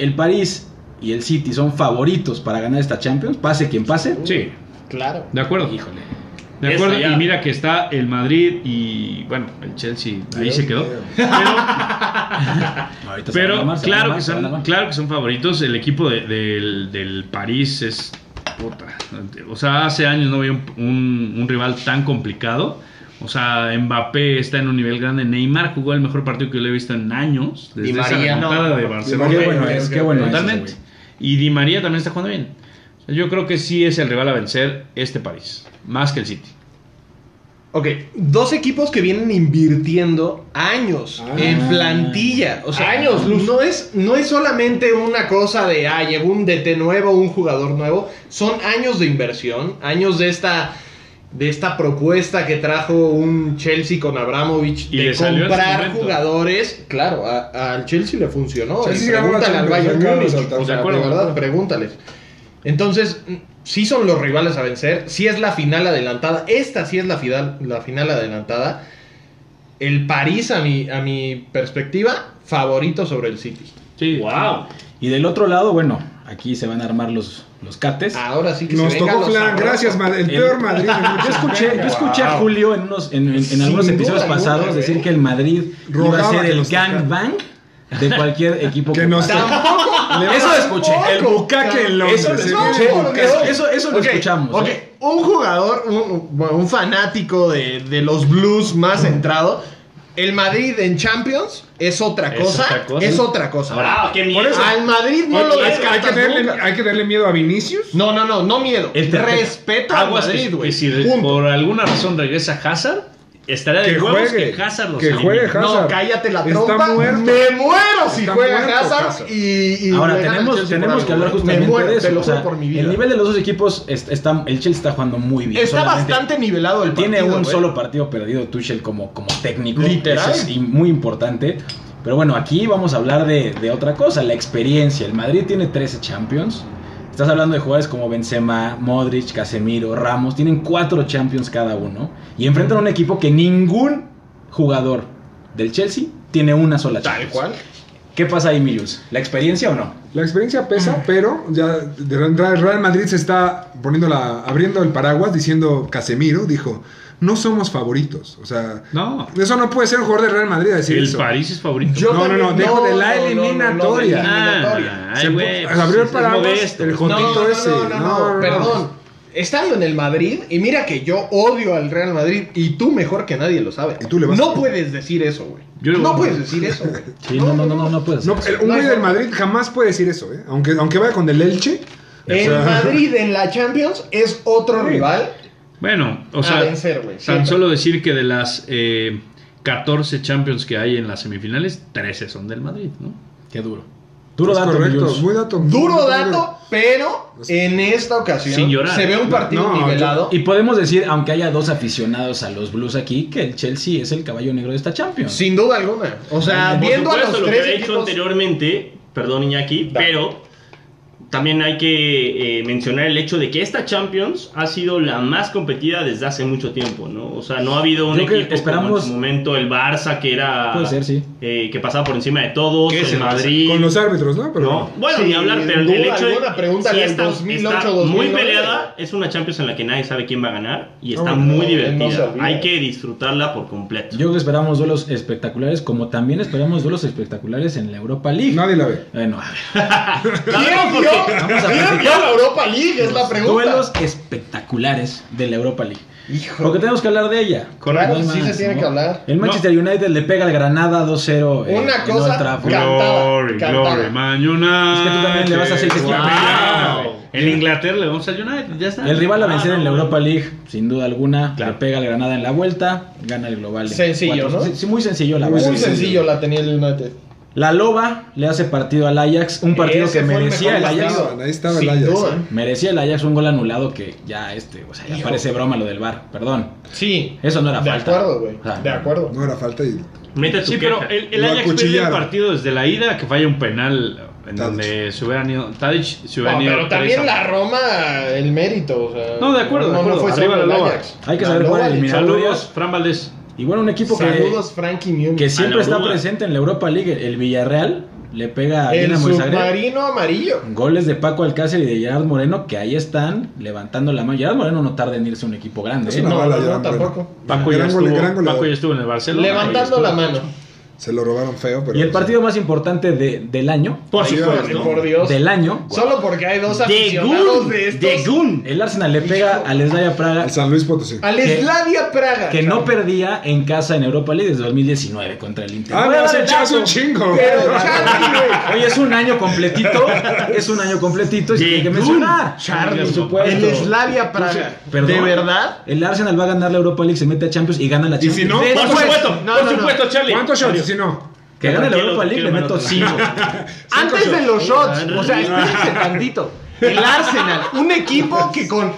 el París y el City son favoritos para ganar esta Champions, pase quien pase.
sí,
Claro.
de acuerdo.
Híjole.
De
Es
acuerdo,
allá.
y mira que está el Madrid y bueno, el Chelsea ahí se quedó. Pero,
Ahorita se van a
pero
armar, se van a
claro,
armar,
que
se van a
son,
armar.
claro que son favoritos. El equipo de- del, del París es puta. O sea, hace años no había un, un- un rival tan complicado. O sea, Mbappé está en un nivel grande. Neymar jugó el mejor partido que yo le he visto en años. Desde
Di María,
esa remontada
no.
de
Qué
Barcelona.
bueno es, qué bueno es ese
Totalmente.
güey.
Y Di María también está jugando bien. O sea, Yo creo que sí es el rival a vencer este París, más que el City.
Ok, dos equipos que vienen invirtiendo años
Ah.
en plantilla. O sea,
Años, Luz.
No es, no es solamente una cosa de, ah, llegó un DT nuevo, un jugador nuevo. Son años de inversión, años de esta, de esta propuesta que trajo un Chelsea con Abramovich
Y
de
le salió en su
comprar
momento.
jugadores. Claro, a- al Chelsea le funcionó.
Chelsea
y
ganó la
pregúntale al
Champions,
Bayern
acaba de
Múnich.
saltar.
O
De
sea, de
acuerdo.
verdad, pregúntales. Entonces, mm, sí son los rivales a vencer, sí es la final adelantada, esta sí es la final, la final adelantada. El París, a mi, a mi perspectiva, favorito sobre el City.
Sí.
Wow.
Y del otro lado, bueno, aquí se van a armar los, los cates.
Ahora sí que
Nos
se venga
tocó
lo
flan.
sabroso.
Gracias, Madrid. El
El-
peor
(laughs)
Madrid.
Yo escuché, yo escuché a Julio en, unos, en, en- en
Sin
algunos
duda
episodios
alguna,
pasados
güey.
decir que el Madrid
Rogaba
iba a ser
que
el
nos tocara.
gangbang de cualquier equipo
Que nos
pase. Eso lo escuché.
El bucaque en Londres.
Eso lo
el
escuché.
bucaque.
Eso- eso- eso lo
Ok,
escuchamos,
ok.
¿eh?
Un jugador, un- un, bueno, un fanático de, de los blues más centrado. El Madrid en Champions es otra
Es
cosa.
otra cosa.
Es otra cosa.
Bravo, qué miedo.
Por eso, al Madrid no
Oye,
lo
hay-
Es que hay, que
descartas
tenerle,
nunca.
hay que tenerle miedo a Vinicius.
No, no, no, no miedo.
El terreno.
Respeto al
Aguas que-
Madrid,
que
güey.
si
Punto.
por alguna razón regresa Hazard, estaría de
Que
huevos
juegue,
que Hazard los
que juegue
elimine.
Hazard.
No, cállate la
Está
trompa.
muerto.
Me muero si
Está
juega
muerto,
Hazard,
Hazard.
y, y
Ahora
le gana al
tenemos,
Chelsea
tenemos
por
que
algo,
hablar
güey.
justamente
Me muero,
de eso.
Te lo
o sea,
juro por mi vida.
El nivel de los dos equipos es- está, el Chelsea está jugando muy bien.
Está
Solamente
bastante nivelado el partido.
Tiene un
güey.
solo partido perdido Tuchel como, como técnico.
Literal.
Eso es y muy importante. Pero bueno, aquí vamos a hablar de, de otra cosa, la experiencia. El Madrid tiene 13 Champions. Estás hablando de jugadores como Benzema, Modric, Casemiro, Ramos. Tienen 4 Champions cada uno. Y enfrentan a un equipo que ningún jugador del Chelsea tiene una sola
Tal
Champions.
cual.
¿Qué pasa ahí, Milius? ¿La experiencia o no?
La experiencia pesa,
Mm.
pero ya de entrada el Real Madrid se está poniendo la, abriendo el paraguas diciendo Casemiro, dijo, no somos favoritos. O sea,
No,
eso no puede ser un jugador del Real Madrid decir
el
eso.
París es favorito.
Yo- No, no, no, dejo de la
no, no, no,
eliminatoria.
de la eliminatoria.
Ah,
Se
ay, güey,
pu-
pues,
abrió el
es
paraguas,
modesto.
el jotito
no, no,
ese.
No, no, no, perdón. Estadio en el Madrid, y mira que yo odio al Real Madrid, y tú mejor que nadie lo sabe.
Y tú le vas
no
a-
puedes decir eso, güey.
Yo le voy
No
a-
puedes decir eso,
(laughs)
güey.
Sí, no, no, no, no, no puede ser.
No, el- un
No hay
güey del
forma.
Madrid jamás puede decir eso, ¿eh? Aunque, aunque vaya con el Elche. o (laughs)
El
sea,
Madrid en la Champions es otro
Sí.
rival.
Bueno, o
A
sea,
Ah, vencer, güey, siempre.
tan solo decir que de las eh, 14 Champions que hay en las semifinales, 13 son del Madrid, ¿no?
Qué duro. Duro
es
dato,
correcto,
Milius.
muy dato. muy
Duro
duro.
dato, pero en esta ocasión
Sin llorar.
se ve un partido
No, no,
nivelado.
Y podemos decir, aunque haya dos aficionados a los Blues aquí, que el Chelsea es el caballo negro de esta Champions.
Sin duda alguna. O sea,
Por
viendo a
supuesto,
los
lo
tres
que he hecho
equipos.
anteriormente, perdón Iñaki,
Dale.
pero también hay que eh, mencionar el hecho de que esta Champions ha sido la más competida desde hace mucho tiempo, ¿no? O sea, no ha habido un
Creo que
equipo como
esperamos-
en su momento el Barça que era
Puede ser, sí.
eh, que pasaba por encima de todos,
¿Qué es
el
el Barça?
Madrid,
Con los árbitros, ¿no? Pero
¿no? Bueno,
Sí,
ni hablar, pero
duda
el hecho de
alguna, pregúntale al 2008,
está
2009.
muy peleada, es una Champions en la que nadie sabe quién va a ganar y está
No,
muy
no, no se
divertida.
olvida.
hay que disfrutarla por completo.
Yo creo que esperamos duelos espectaculares, como también esperamos duelos espectaculares en la Europa League.
nadie la ve.
Bueno, a ver.
¿Quién vio
Vamos a
quién vio la Europa League? Es la pregunta.
Duelos espectaculares de la Europa League.
Hijo.
Porque tenemos que hablar de ella.
Claro,
No hay
sí se
más,
tiene
¿no?
que hablar.
El Manchester United le pega al Granada 2-0. eh,
Una
en
cosa
Old Trafford.
ca- Cantaba,
Glory,
cantaba.
glory, Man United.
Es que tú también le vas a hacer que
Guau.
sea- Wow.
En Inglaterra le vamos al United, ya está.
El rival a
Ah,
vencer
no,
en la
no.
Europa League, sin duda alguna,
Claro.
le pega al Granada en la vuelta, gana el global. en
Sencillo,
cuatro-
¿no?
Sí, sí, muy sencillo la
Muy
verdad.
Muy sencillo la tenía el United.
La Loba le hace partido al Ajax, un partido
Ese
que
fue el
merecía
mejor
el Ajax.
partido.
Estaban, ahí estaba el
Sin
Ajax.
duda.
¿eh?
Merecía el Ajax un gol anulado que ya este, o sea, ya
Hijo.
parece broma lo del bar, perdón.
Sí.
Eso no era
de
falta.
acuerdo, güey.
O sea,
De acuerdo.
No era falta y
Mete tu
Sí, pero
queja.
el, el
Lo
Ajax perdió el
acuchillaron.
partido desde la ida que falla un penal en
Tadic.
donde se hubieran ido. Tadic se
No,
hubieran ido.
pero
tres a-
también la Roma, el mérito. o sea,
No, de acuerdo, de
No,
acuerdo.
no fue
Arriba
solo
la
el
Loba.
Ajax.
Hay que
La
saber cuál
Loba
es el
le
mira,
Saludos, Fran Valdés.
Igual un equipo que,
Saludos, Frankie Munich.
que siempre está
Aruba.
presente en la Europa League, el Villarreal, le pega a
el
Dinamo de Zagreb.
submarino amarillo.
Goles de Paco Alcácer y de Gerard Moreno que ahí están levantando la mano. Gerard Moreno no tarda en irse a un equipo grande.
Es
¿eh?
una
No,
bala
no,
ya,
no, tampoco.
Paco,
Gran
ya
gole-
estuvo,
gran goleador.
Paco ya estuvo en el Barcelona.
Levantando la mano.
se lo robaron feo, pero.
Y el partido más importante de- del año,
Por
Sí,
supuesto.
¿no?
Por Dios.
del año,
Solo porque hay dos
De
aficionados
Gun.
de
De
estos.
Gun.
el Arsenal le pega al Slavia Praga
Al San Luis Potosí.
Al
Que-
Slavia Praga.
que no perdía en casa en Europa League desde 2019 contra el Inter.
Ah,
Voy a
no,
dar
se
el
echas
dato.
un chingo.
Pero Charlie, güey.
Oye, es un año completito, es un año completito y se
De
tiene que
Gun.
mencionar.
Charlie,
por
El
supuesto.
Slavia Praga.
Perdón.
¿De verdad?
El Arsenal va a ganar la Europa League, se mete a Champions y gana la
Y
Champions.
si no,
De-
Por
Después.
supuesto,
No,
por
no, no.
supuesto, Charlie.
¿Cuántos shots? Si no.
que gane la
Tranquilo,
Europa League le
tranquilo,
meto
mano,
5.
Antes de
Ah,
los shots. O sea, espérense tantito. El Arsenal, un equipo que con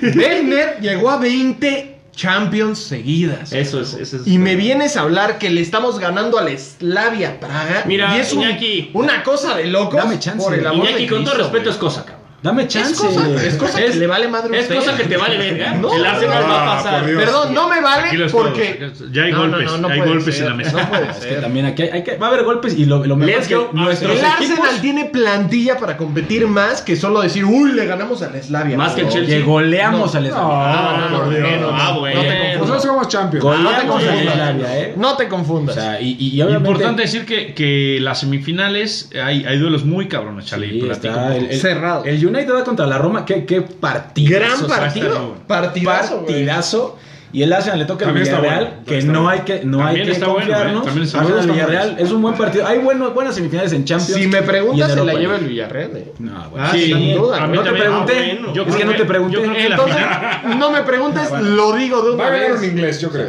Werner llegó a 20 Champions seguidas.
Eso es, eso es.
Y me vienes a hablar que le estamos ganando al Slavia Praga.
Mira,
y es un-
Iñaki.
una cosa de locos.
Dame chance.
Por el amor
Iñaki,
de
con todo
Cristo,
respeto,
güey.
es cosa, cabrón.
Dame chance.
Es cosa, es cosa que le vale madre a
Es
usted.
cosa que te vale verga.
(laughs) No, Ah.
el Arsenal
no,
va a
no,
pasar.
por Dios.
Perdón, no me vale
Tranquilos
porque.
todos. Ya hay golpes, hay
puede
golpes en la mesa.
No puede
Es que
ser.
también aquí hay, hay que, va a haber golpes y lo, lo mejor
Let's
es que
go,
nuestros
ah, El
equipos
Arsenal tiene plantilla para competir más que solo decir, uy, le ganamos al Slavia.
Más que el
No,
Chelsea.
que goleamos
No.
al Slavia.
Ah,
no, no,
bueno,
no, no,
ah,
no,
bueno.
no te confundas.
Nosotros somos champions.
no te
goleamos al
confundas.
Slavia, ¿eh?
No te
O
confundas.
sea, y, y, y obviamente
Importante decir que, que las semifinales hay, hay duelos muy cabrones, Charlie.
Sí,
Platico
está
un
el,
poco.
el-
Cerrado.
El United va contra la Roma, qué, qué partidazo.
Gran
o sea,
partido,
está bien.
partidazo, güey.
Partidazo. Y el Arsenal le toca al
También está
Villarreal,
bueno,
que
está
no
bueno.
hay que, no hay
También
que
está bueno,
confiarnos.
¿eh? También está
Arsenal
bueno, está
Villarreal es un buen partido. Hay buenos, buenas semifinales en Champions.
si
y
me
en
preguntas, se
Europa
la lleva el
League.
Villarreal. eh.
(laughs) No, bueno.
Ah,
Sí,
sí.
sin duda,
A mí
no te
también.
pregunté.
Ah, bueno.
Yo
Es
creo
que no
que-
te pregunté.
yo creo
en la
Entonces,
final-
no me preguntes, lo digo de
Va
una
a ganar
vez.
un inglés, yo creo.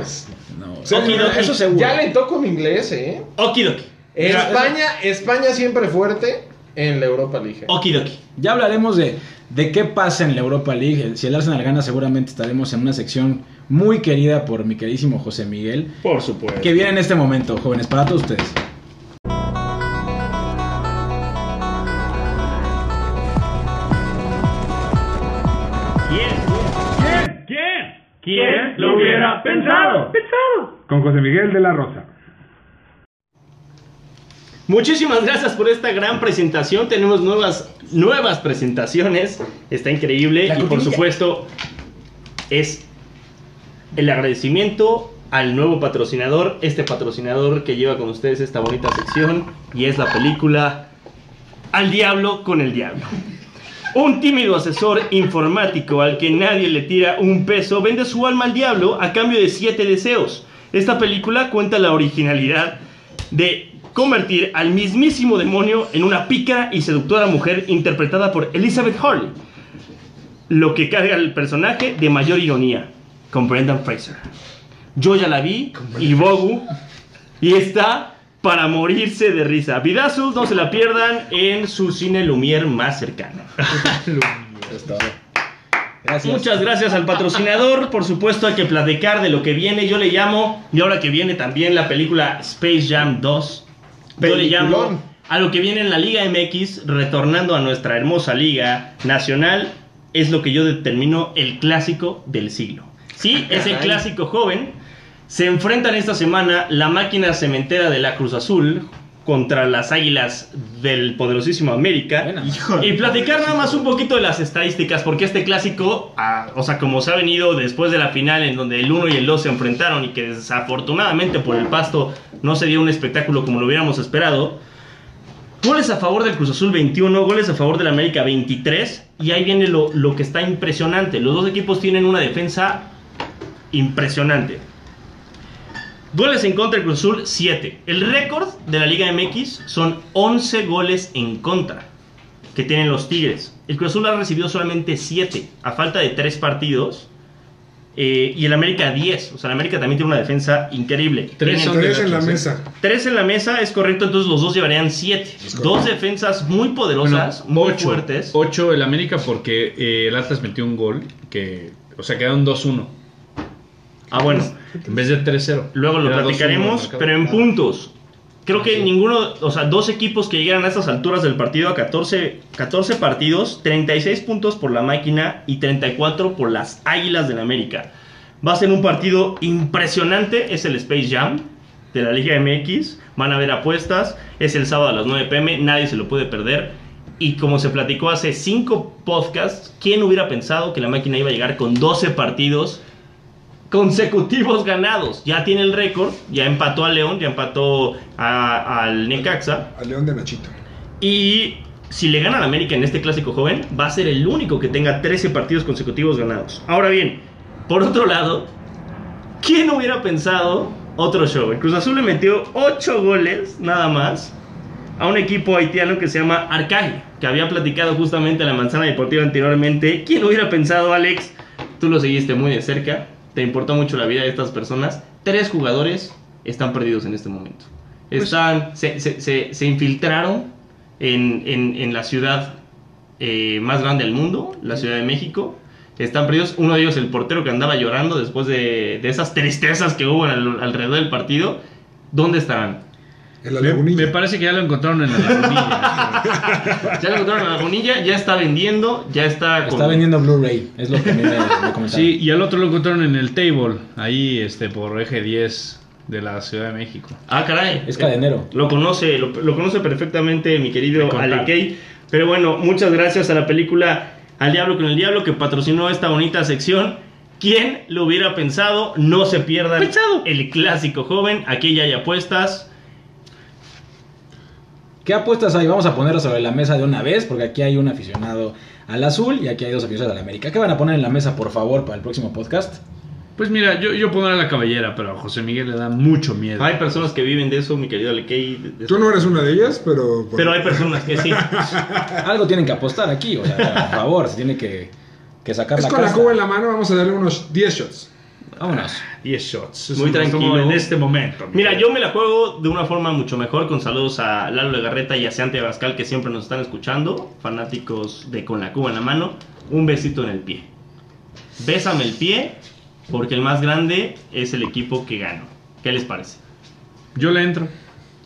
No.
Sí,
Okidoki.
eso seguro.
Ya le toco un inglés, ¿eh?
Okidoki.
España, España siempre fuerte en la Europa League.
Okidoki.
Ya hablaremos de, de qué pasa en la Europa League. Si el Arsenal gana, seguramente estaremos en una sección muy querida por mi queridísimo José Miguel.
Por supuesto.
Que viene en este momento, jóvenes, para todos ustedes.
¿Quién? ¿Quién? ¿Quién? ¿Quién lo hubiera pensado?
Con José Miguel de la Rosa.
Muchísimas gracias por esta gran presentación. Tenemos nuevas, nuevas presentaciones. Está increíble.
La
y por
cortinilla.
supuesto, es el agradecimiento al nuevo patrocinador. Este patrocinador que lleva con ustedes esta bonita sección. Y es la película Al Diablo con el Diablo. Un tímido asesor informático al que nadie le tira un peso vende su alma al diablo a cambio de siete deseos. Esta película cuenta la originalidad de convertir al mismísimo demonio en una pícara y seductora mujer interpretada por Elizabeth Hurley, lo que carga al personaje de mayor ironía, con Brendan Fraser. Yo ya la vi y Bogu y está para morirse de risa. Vidazul, no se la pierdan en su cine Lumière más cercano.
Gracias.
Muchas gracias al patrocinador. Por supuesto, hay que platicar de lo que viene. Yo le llamo, y ahora que viene también la película Space Jam 2, yo le llamo
Peliculón.
a lo que viene en la Liga MX, retornando a nuestra hermosa Liga Nacional, es lo que yo determino el clásico del siglo. Sí, es el
Caray.
clásico joven. Se enfrentan esta semana la máquina cementera de la Cruz Azul contra las Águilas del poderosísimo América.
Buena.
Y platicar nada más un poquito de las estadísticas, porque este clásico, ah, o sea, como se ha venido después de la final en donde el 1 y el 2 se enfrentaron y que desafortunadamente por el pasto no se dio un espectáculo como lo hubiéramos esperado, goles a favor del Cruz Azul 21, goles a favor del América 23, y ahí viene lo, lo que está impresionante, los dos equipos tienen una defensa impresionante. Goles en contra del Cruz Azul 7. El récord de la Liga MX son 11 goles en contra que tienen los Tigres. El Cruz Azul ha recibido solamente 7 a falta de 3 partidos. Eh, y el América 10. O sea, el América también tiene una defensa increíble.
Tres
Tienen
son
Tres
de
en la
ocho, sí.
mesa.
tres en la mesa, es correcto. Entonces los dos llevarían siete. Dos defensas muy poderosas, muy
ocho,
fuertes.
Ocho el América porque eh, el Atlas metió un gol que, o sea, quedaron 2-1
Ah, bueno.
en vez de 3-0.
Luego lo
Era 2-1 el
platicaremos,
marcador.
pero en puntos. Creo que
Ah, Sí.
ninguno, o sea, dos equipos que llegaran a estas alturas del partido a 14, 14 partidos, 36 puntos por la máquina y 34 por las Águilas del América. Va a ser un partido impresionante, es el Space Jam de la Liga MX, van a haber apuestas, es el sábado a las 9 pm, nadie se lo puede perder. Y como se platicó hace 5 podcasts, ¿quién hubiera pensado que la máquina iba a llegar con 12 partidos consecutivos ganados. Ya tiene el récord, ya empató a León, ya empató a- al Necaxa.
Al León de Nachito.
Y si le gana al América en este clásico joven, va a ser el único que tenga 13 partidos consecutivos ganados. Ahora bien, por otro lado, ¿quién hubiera pensado otro show? El Cruz Azul le metió 8 goles, nada más, a un equipo haitiano que se llama Arcay, que había platicado justamente en la manzana deportiva anteriormente. ¿Quién hubiera pensado, Alex? Tú lo seguiste muy de cerca, te importó mucho la vida de estas personas. Tres jugadores están perdidos en este momento. Están, se, se- se- se infiltraron en, en- en la ciudad eh, más grande del mundo, la Ciudad de México. Están perdidos. Uno de ellos, el portero que andaba llorando después de, de esas tristezas que hubo al- alrededor del partido. ¿Dónde estarán?
En la
Me,
lagunilla.
me parece que ya lo encontraron en la lagunilla.
Ya le encontraron a Lagunilla, ya está vendiendo, ya está.
Está vendiendo Blu-ray, es lo que a mí me, me comentaron.
(laughs) sí, y al otro lo encontraron en el table, ahí este por eje 10 de la Ciudad de México.
Ah, caray.
Es cadenero.
Lo conoce, lo, lo conoce perfectamente mi querido
Me contaron.
Alekei. Pero bueno, muchas gracias a la película Al Diablo con el Diablo que patrocinó esta bonita sección. ¿Quién lo hubiera pensado? No se pierdan el clásico joven. Aquí ya hay apuestas.
¿Qué apuestas hay? Vamos a ponerlas sobre la mesa de una vez, porque aquí hay un aficionado al azul y aquí hay dos aficionados al América. ¿Qué van a poner en la mesa, por favor, para el próximo podcast?
Pues mira, yo, yo pondré a la cabellera, pero a José Miguel le da mucho miedo.
Hay personas que viven de eso, mi querido Alekei. de- de-
Tú no eres una de ellas, pero.
Pero hay personas
(laughs)
que sí.
Algo tienen que apostar aquí, o sea, por favor, se tiene que, que sacar
Es
la
con la
casta.
cuba en la mano, vamos a darle unos 10 shots.
Vámonos.
10 shots.
Muy
Eso no es como
tranquilo.
En este momento. mi
Mira,
querido.
yo me la juego de una forma mucho mejor con saludos a Lalo Legarreta y a Seante Abascal que siempre nos están escuchando, fanáticos de Con la Cuba en la mano, un besito en el pie. Bésame el pie porque el más grande es el equipo que gano. ¿Qué les parece?
Yo le entro.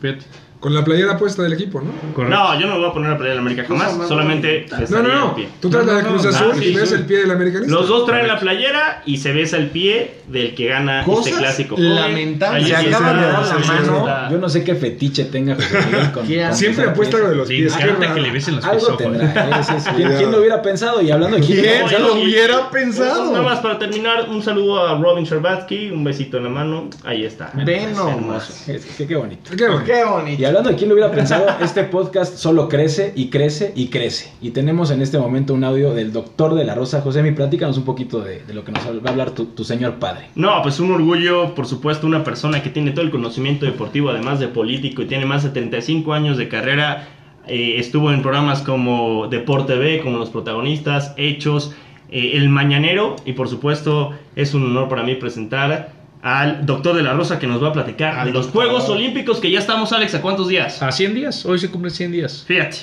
Fíjate.
Con la playera puesta del equipo, ¿no?
Correcto.
No, yo no me voy a poner a pelear en América jamás, solamente
No,
besaría
no,
el
no.
Pues pie.
Tú traes
No,
la
no,
de Cruz
no.
Azul
Ah,
y
sí,
ves
sí.
el pie del americanista.
Los dos traen la playera y se besa el pie del que gana este
Cosas
clásico. joven.
lamentables.
Ahí
Se
está,
acaban de dar
ahí
la
está.
mano.
Yo no sé qué fetiche tenga José Miguel con-
¿Qué
con
Siempre
esa
apuesta
pieza.
lo de los
Le
pies. qué
encanta que
raro.
le besen los
Algo
pies.
tendrá. eh, sí, sí. ¿Quién, quién lo hubiera pensado? Y hablando de quién,
¿Quién
lo
Oye,
hubiera
lo
y-
hubiera
Pues Nada más
pensado?
para terminar, un saludo a Robin Sherbatsky, un besito en la mano, ahí está.
Ve
Es
nomás.
pensado? Es que qué bonito.
Qué bueno.
Qué
Y
bonito.
hablando de quién lo hubiera pensado, este podcast solo crece y crece y crece. Y tenemos en este momento un audio del doctor de la Rosa. José, mi platícanos un poquito de, de lo que nos va a hablar tu, tu señor padre.
No, pues un orgullo, por supuesto, una persona que tiene todo el conocimiento deportivo, además de político, y tiene más de 75 años de carrera. eh, estuvo en programas como Deporte B, como Los Protagonistas, Hechos, eh, El Mañanero, y por supuesto es un honor para mí presentar al doctor de la Rosa que nos va a platicar
Al
de los
doctor.
Juegos Olímpicos que ya estamos, Alex, ¿a cuántos
Ah.
días?
A 100 días. Hoy se cumplen 100 días.
Fíjate,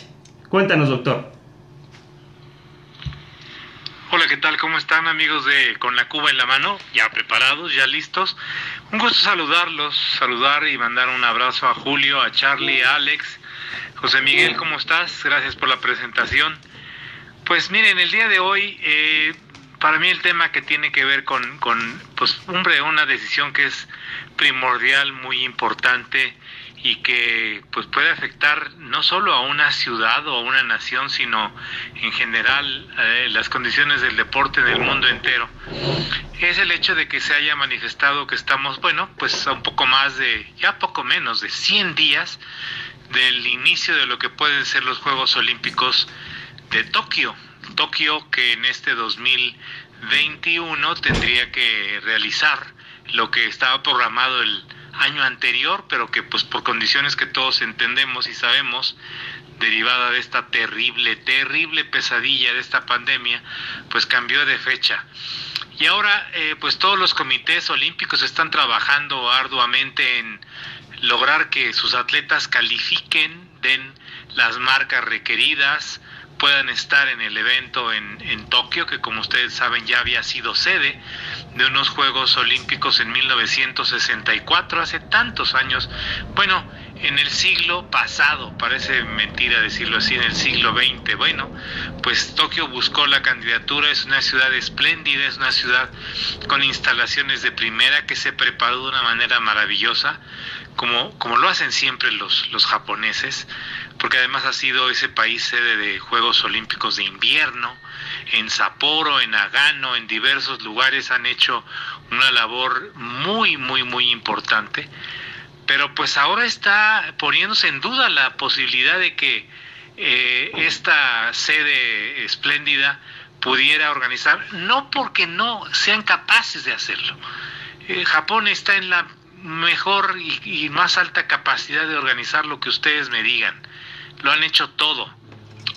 cuéntanos, doctor.
Hola, ¿qué tal? ¿Cómo están amigos de Con la Cuba en la mano? Ya preparados, ya listos. Un gusto saludarlos, saludar y mandar un abrazo a Julio, a Charlie, a Alex. José Miguel, ¿cómo estás? Gracias por la presentación. Pues miren, el día de hoy, eh, para mí el tema que tiene que ver con, con pues, hombre, una decisión que es primordial, muy importante y que pues puede afectar no solo a una ciudad o a una nación, sino en general eh, las condiciones del deporte en el mundo entero. Es el hecho de que se haya manifestado que estamos, bueno, pues a un poco más de, ya poco menos de 100 días del inicio de lo que pueden ser los Juegos Olímpicos de Tokio. Tokio que en este 2021 tendría que realizar lo que estaba programado el año anterior, pero que pues por condiciones que todos entendemos y sabemos, derivada de esta terrible, terrible pesadilla de esta pandemia, pues cambió de fecha. Y ahora, eh, pues todos los comités olímpicos están trabajando arduamente en lograr que sus atletas califiquen, den las marcas requeridas, puedan estar en el evento en, en Tokio, que como ustedes saben ya había sido sede de unos Juegos Olímpicos en 1964, hace tantos años. Bueno, en el siglo pasado, parece mentira decirlo así, en el siglo XX. Bueno, pues Tokio buscó la candidatura, es una ciudad espléndida, es una ciudad con instalaciones de primera que se preparó de una manera maravillosa, como, como lo hacen siempre los, los japoneses, porque además ha sido ese país sede de Juegos Olímpicos de invierno, en Sapporo, en Agano, en diversos lugares han hecho una labor muy, muy, muy importante pero pues ahora está poniéndose en duda la posibilidad de que eh, esta sede espléndida pudiera organizar, no porque no sean capaces de hacerlo. Eh, Japón está en la mejor y, y más alta capacidad de organizar lo que ustedes me digan. Lo han hecho todo.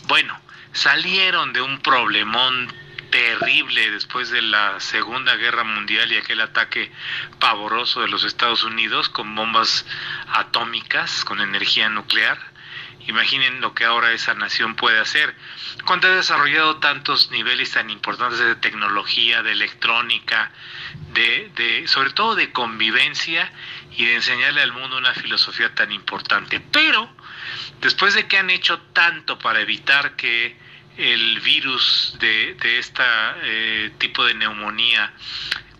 Bueno, salieron de un problemón terrible después de la Segunda Guerra Mundial y aquel ataque pavoroso de los Estados Unidos con bombas atómicas, con energía nuclear. Imaginen lo que ahora esa nación puede hacer. Cuando ha desarrollado tantos niveles tan importantes de tecnología, de electrónica, de, de, sobre todo de convivencia y de enseñarle al mundo una filosofía tan importante. Pero, después de que han hecho tanto para evitar que el virus de, de este eh, tipo de neumonía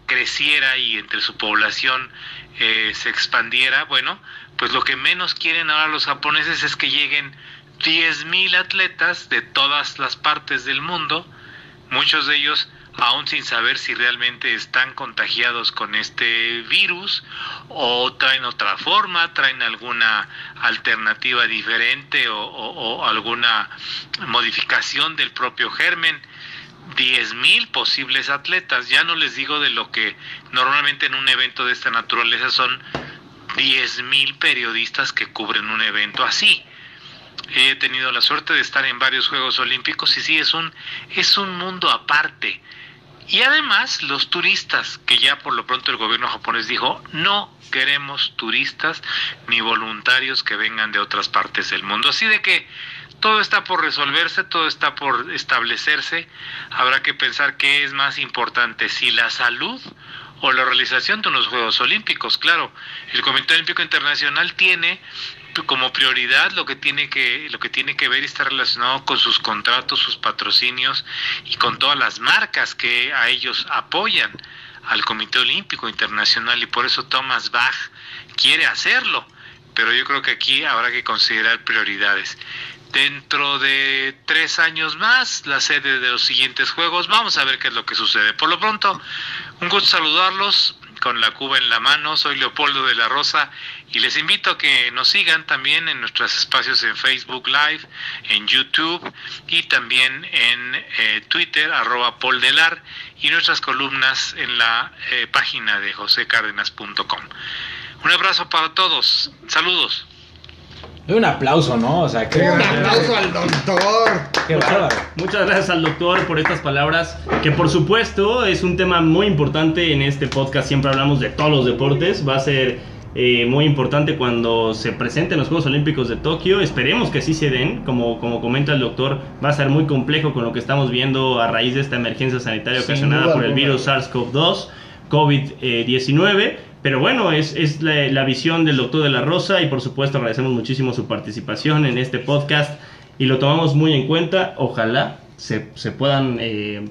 creciera y entre su población eh, se expandiera, bueno, pues lo que menos quieren ahora los japoneses es que lleguen 10.000 atletas de todas las partes del mundo, muchos de ellos aún sin saber si realmente están contagiados con este virus o traen otra forma, traen alguna alternativa diferente o, o, o alguna modificación del propio germen. 10.000 posibles atletas, ya no les digo de lo que normalmente en un evento de esta naturaleza son 10.000 periodistas que cubren un evento así he tenido la suerte de estar en varios Juegos Olímpicos y sí es un es un mundo aparte. Y además los turistas, que ya por lo pronto el gobierno japonés dijo, no queremos turistas ni voluntarios que vengan de otras partes del mundo. Así de que todo está por resolverse, todo está por establecerse. Habrá que pensar qué es más importante, si la salud o la realización de unos Juegos Olímpicos. Claro, el Comité Olímpico Internacional tiene como prioridad lo que tiene que lo que tiene que ver está relacionado con sus contratos, sus patrocinios y con todas las marcas que a ellos apoyan al Comité Olímpico Internacional y por eso Thomas Bach quiere hacerlo, pero yo creo que aquí habrá que considerar prioridades. Dentro de tres años más, la sede de los siguientes juegos, vamos a ver qué es lo que sucede. Por lo pronto, un gusto saludarlos con la Cuba en la mano. Soy Leopoldo de la Rosa y les invito a que nos sigan también en nuestros espacios en Facebook Live, en YouTube y también en eh, Twitter, arroba Paul Delar y nuestras columnas en la eh, página de josecárdenas.com. Un abrazo para todos. Saludos.
Doy un aplauso, ¿no? O sea, qué,
Un aplauso al doctor.
qué bárbaro.
Muchas gracias al doctor por estas palabras, que por supuesto es un tema muy importante en este podcast. Siempre hablamos de todos los deportes. Va a ser eh, muy importante cuando se presenten los Juegos Olímpicos de Tokio. Esperemos que sí se den. Como, como comenta el doctor, va a ser muy complejo con lo que estamos viendo a raíz de esta emergencia sanitaria
Sin
ocasionada
duda
por el
alguna.
virus SARS-CoV-2, COVID-19. pero bueno, es, es la, la visión del doctor de la Rosa y por supuesto agradecemos muchísimo su participación en este podcast y lo tomamos muy en cuenta. Ojalá se, se puedan eh,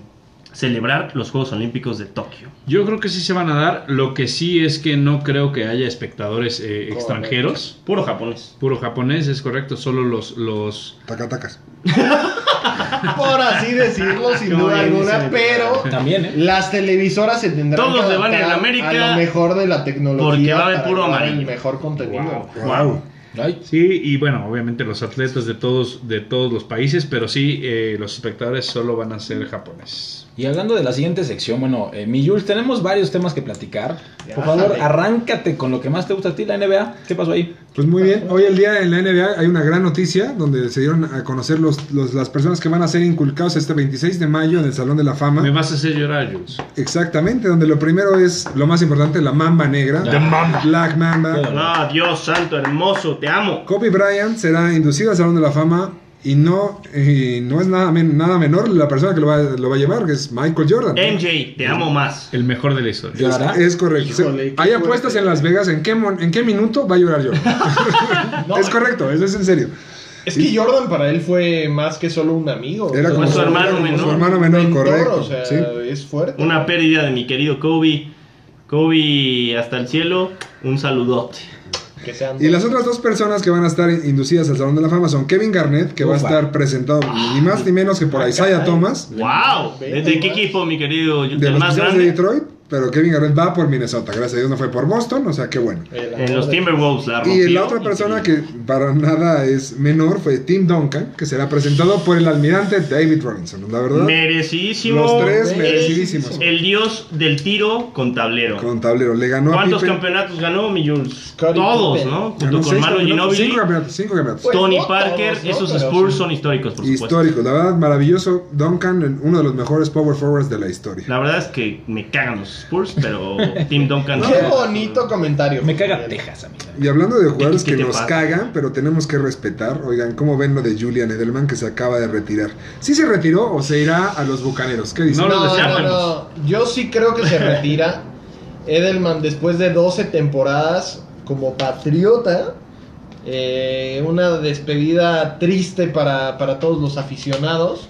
celebrar los Juegos Olímpicos de Tokio.
Yo creo que sí se van a dar. Lo que sí es que no creo que haya espectadores eh,
Correcto.
extranjeros.
Puro japonés.
Puro japonés, es correcto. Solo los, los...
Tacatacas.
Por así decirlo,
(laughs)
sin
Como
duda
bien
alguna,
dice.
pero
También, ¿eh?
las televisoras se tendrán
Todos
que
le van a ir a
adaptar
América
a lo mejor de la tecnología
porque va a haber
para
puro
llevar el
amarillo.
mejor contenido.
Wow.
Ay,
Sí, y bueno, obviamente los atletas de todos, de todos los países, pero sí, eh, los espectadores solo van a ser japoneses.
Y hablando de la siguiente sección, bueno, eh, mi Jules, tenemos varios temas que platicar. Por
Ya,
favor,
dale.
arráncate con lo que más te gusta a ti, la NBA. ¿Qué pasó ahí?
Pues muy bien, hoy el día en la NBA hay una gran noticia donde se dieron a conocer los, los- las personas que van a ser inculcados este 26 de mayo en el Salón de la Fama.
Me vas a hacer llorar, Jules.
Exactamente, donde lo primero es lo más importante, la Mamba Negra.
The Mamba.
Black Mamba.
Ah, Dios santo, hermoso, te amo.
Kobe Bryant será inducido al Salón de la Fama y no, y no es nada, men- nada menor la persona que lo va, lo va a llevar, que es Michael Jordan.
MJ, te amo más.
El mejor de la historia.
¿Llorará?
Es correcto.
Híjole, qué
hay apuestas
fuerte.
en Las Vegas en qué, mon- en qué minuto va a llorar Jordan. es correcto, eso es en serio.
Es que Jordan para él fue más que solo un amigo.
Era como
su hermano
como
menor.
Su hermano menor,
Mentor,
correcto.
O sea,
sí.
es fuerte.
Una pérdida de mi querido Kobe. Kobe hasta el cielo, un saludote.
Que sean
Y las
dos.
otras dos personas que van a estar inducidas al Salón de la Fama son Kevin Garnett, que va
Ufa.
a estar presentado ni más ni menos que por Isaiah Thomas,
¡Wow! ¿Desde qué equipo, mi querido?
de
¿El
los
más
Pistons de
grande?
Detroit, pero Kevin Garnett va por Minnesota. Gracias a Dios no fue por Boston, o sea, qué bueno.
El amor
En Eh, los
de-
Timberwolves, la
Y
rompió.
la otra persona que para nada es menor fue Tim Duncan, que será presentado por el almirante David Robinson, la verdad.
Merecidísimo.
Los tres
El-
merecidísimos.
El dios del tiro con tablero.
Con tablero. Le ganó a
¿Cuántos
Pippen.
campeonatos ganó, mi Jules?
Scottie
Todos,
Pippen.
¿no?
Ganó
Junto con
seis
Manu
campeonatos,
Ginobili,
Cinco campeonatos, cinco campeonatos.
Pues
Tony
no
Parker.
todos, ¿no?
Esos
Pero
Spurs
sí.
son históricos, por supuesto.
Histórico, la verdad, maravilloso. Duncan, uno de los mejores power forwards de la historia.
La verdad es que me cagan los Spurs,
(laughs)
pero Tim Duncan.
Qué bonito comentario.
Me caga
Miguel.
Texas, amigo.
Y hablando de jugadores
¿Qué
que
te
nos
pasa?
cagan, pero tenemos que respetar, oigan, ¿cómo ven lo de Julian Edelman que se acaba de retirar? ¿Sí se retiró o se irá a los Bucaneros? ¿Qué dicen?
No lo
No, no,
deseamos.
no. Yo sí creo que se retira. Edelman, después de 12 temporadas como patriota, eh, una despedida triste para, para todos los aficionados.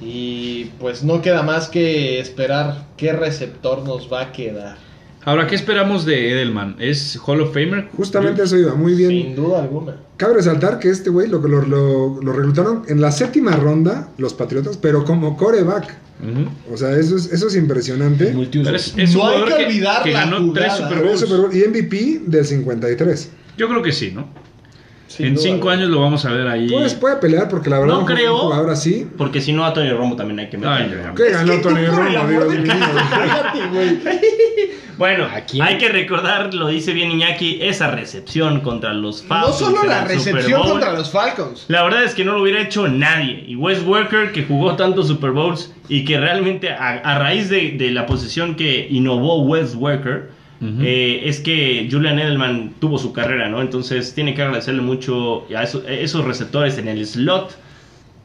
Y pues no queda más que esperar qué receptor nos va a quedar.
Ahora, ¿qué esperamos de Edelman? ¿Es Hall of Famer?
Justamente eso iba, muy bien.
Sin duda alguna.
Cabe resaltar que este güey lo, lo, lo, lo reclutaron en la séptima ronda, los Patriotas, pero como coreback.
Ujú.
O sea, eso es, eso es impresionante.
Multiuso.
Pero es, es
No
un
hay
jugador
que
que,
olvidar
que
la
ganó
jugada. ¿eh?
tres Super
Ganó el
Bowls.
Super Bowl y MVP del 53.
Yo creo que sí, ¿no?
Sin
en
duda
cinco
alguna.
años lo vamos a ver ahí.
Pues puede pelear porque la verdad
No
un
creo.
jugador así.
Porque si no, a Tony Romo también hay que
Ay,
meter.
ya,
¿Qué
Es que
ganó
tú,
Tony
por el
Romo?
amor
Dios
de
mío.
Cállate, güey.
Bueno,
¿A quién?
hay que recordar, lo dice bien Iñaki, esa recepción contra los
No
Falcons.
solo
en
la
el Super
recepción
Bowl.
contra los Falcons.
La verdad es que no lo hubiera hecho nadie. Y Wes Walker, que jugó tantos Super Bowls y que realmente a, a raíz de, de la posición que innovó Wes Walker,
Ujú.
eh, es que Julian Edelman tuvo su carrera, ¿no? Entonces tiene que agradecerle mucho a eso- a esos receptores en el slot.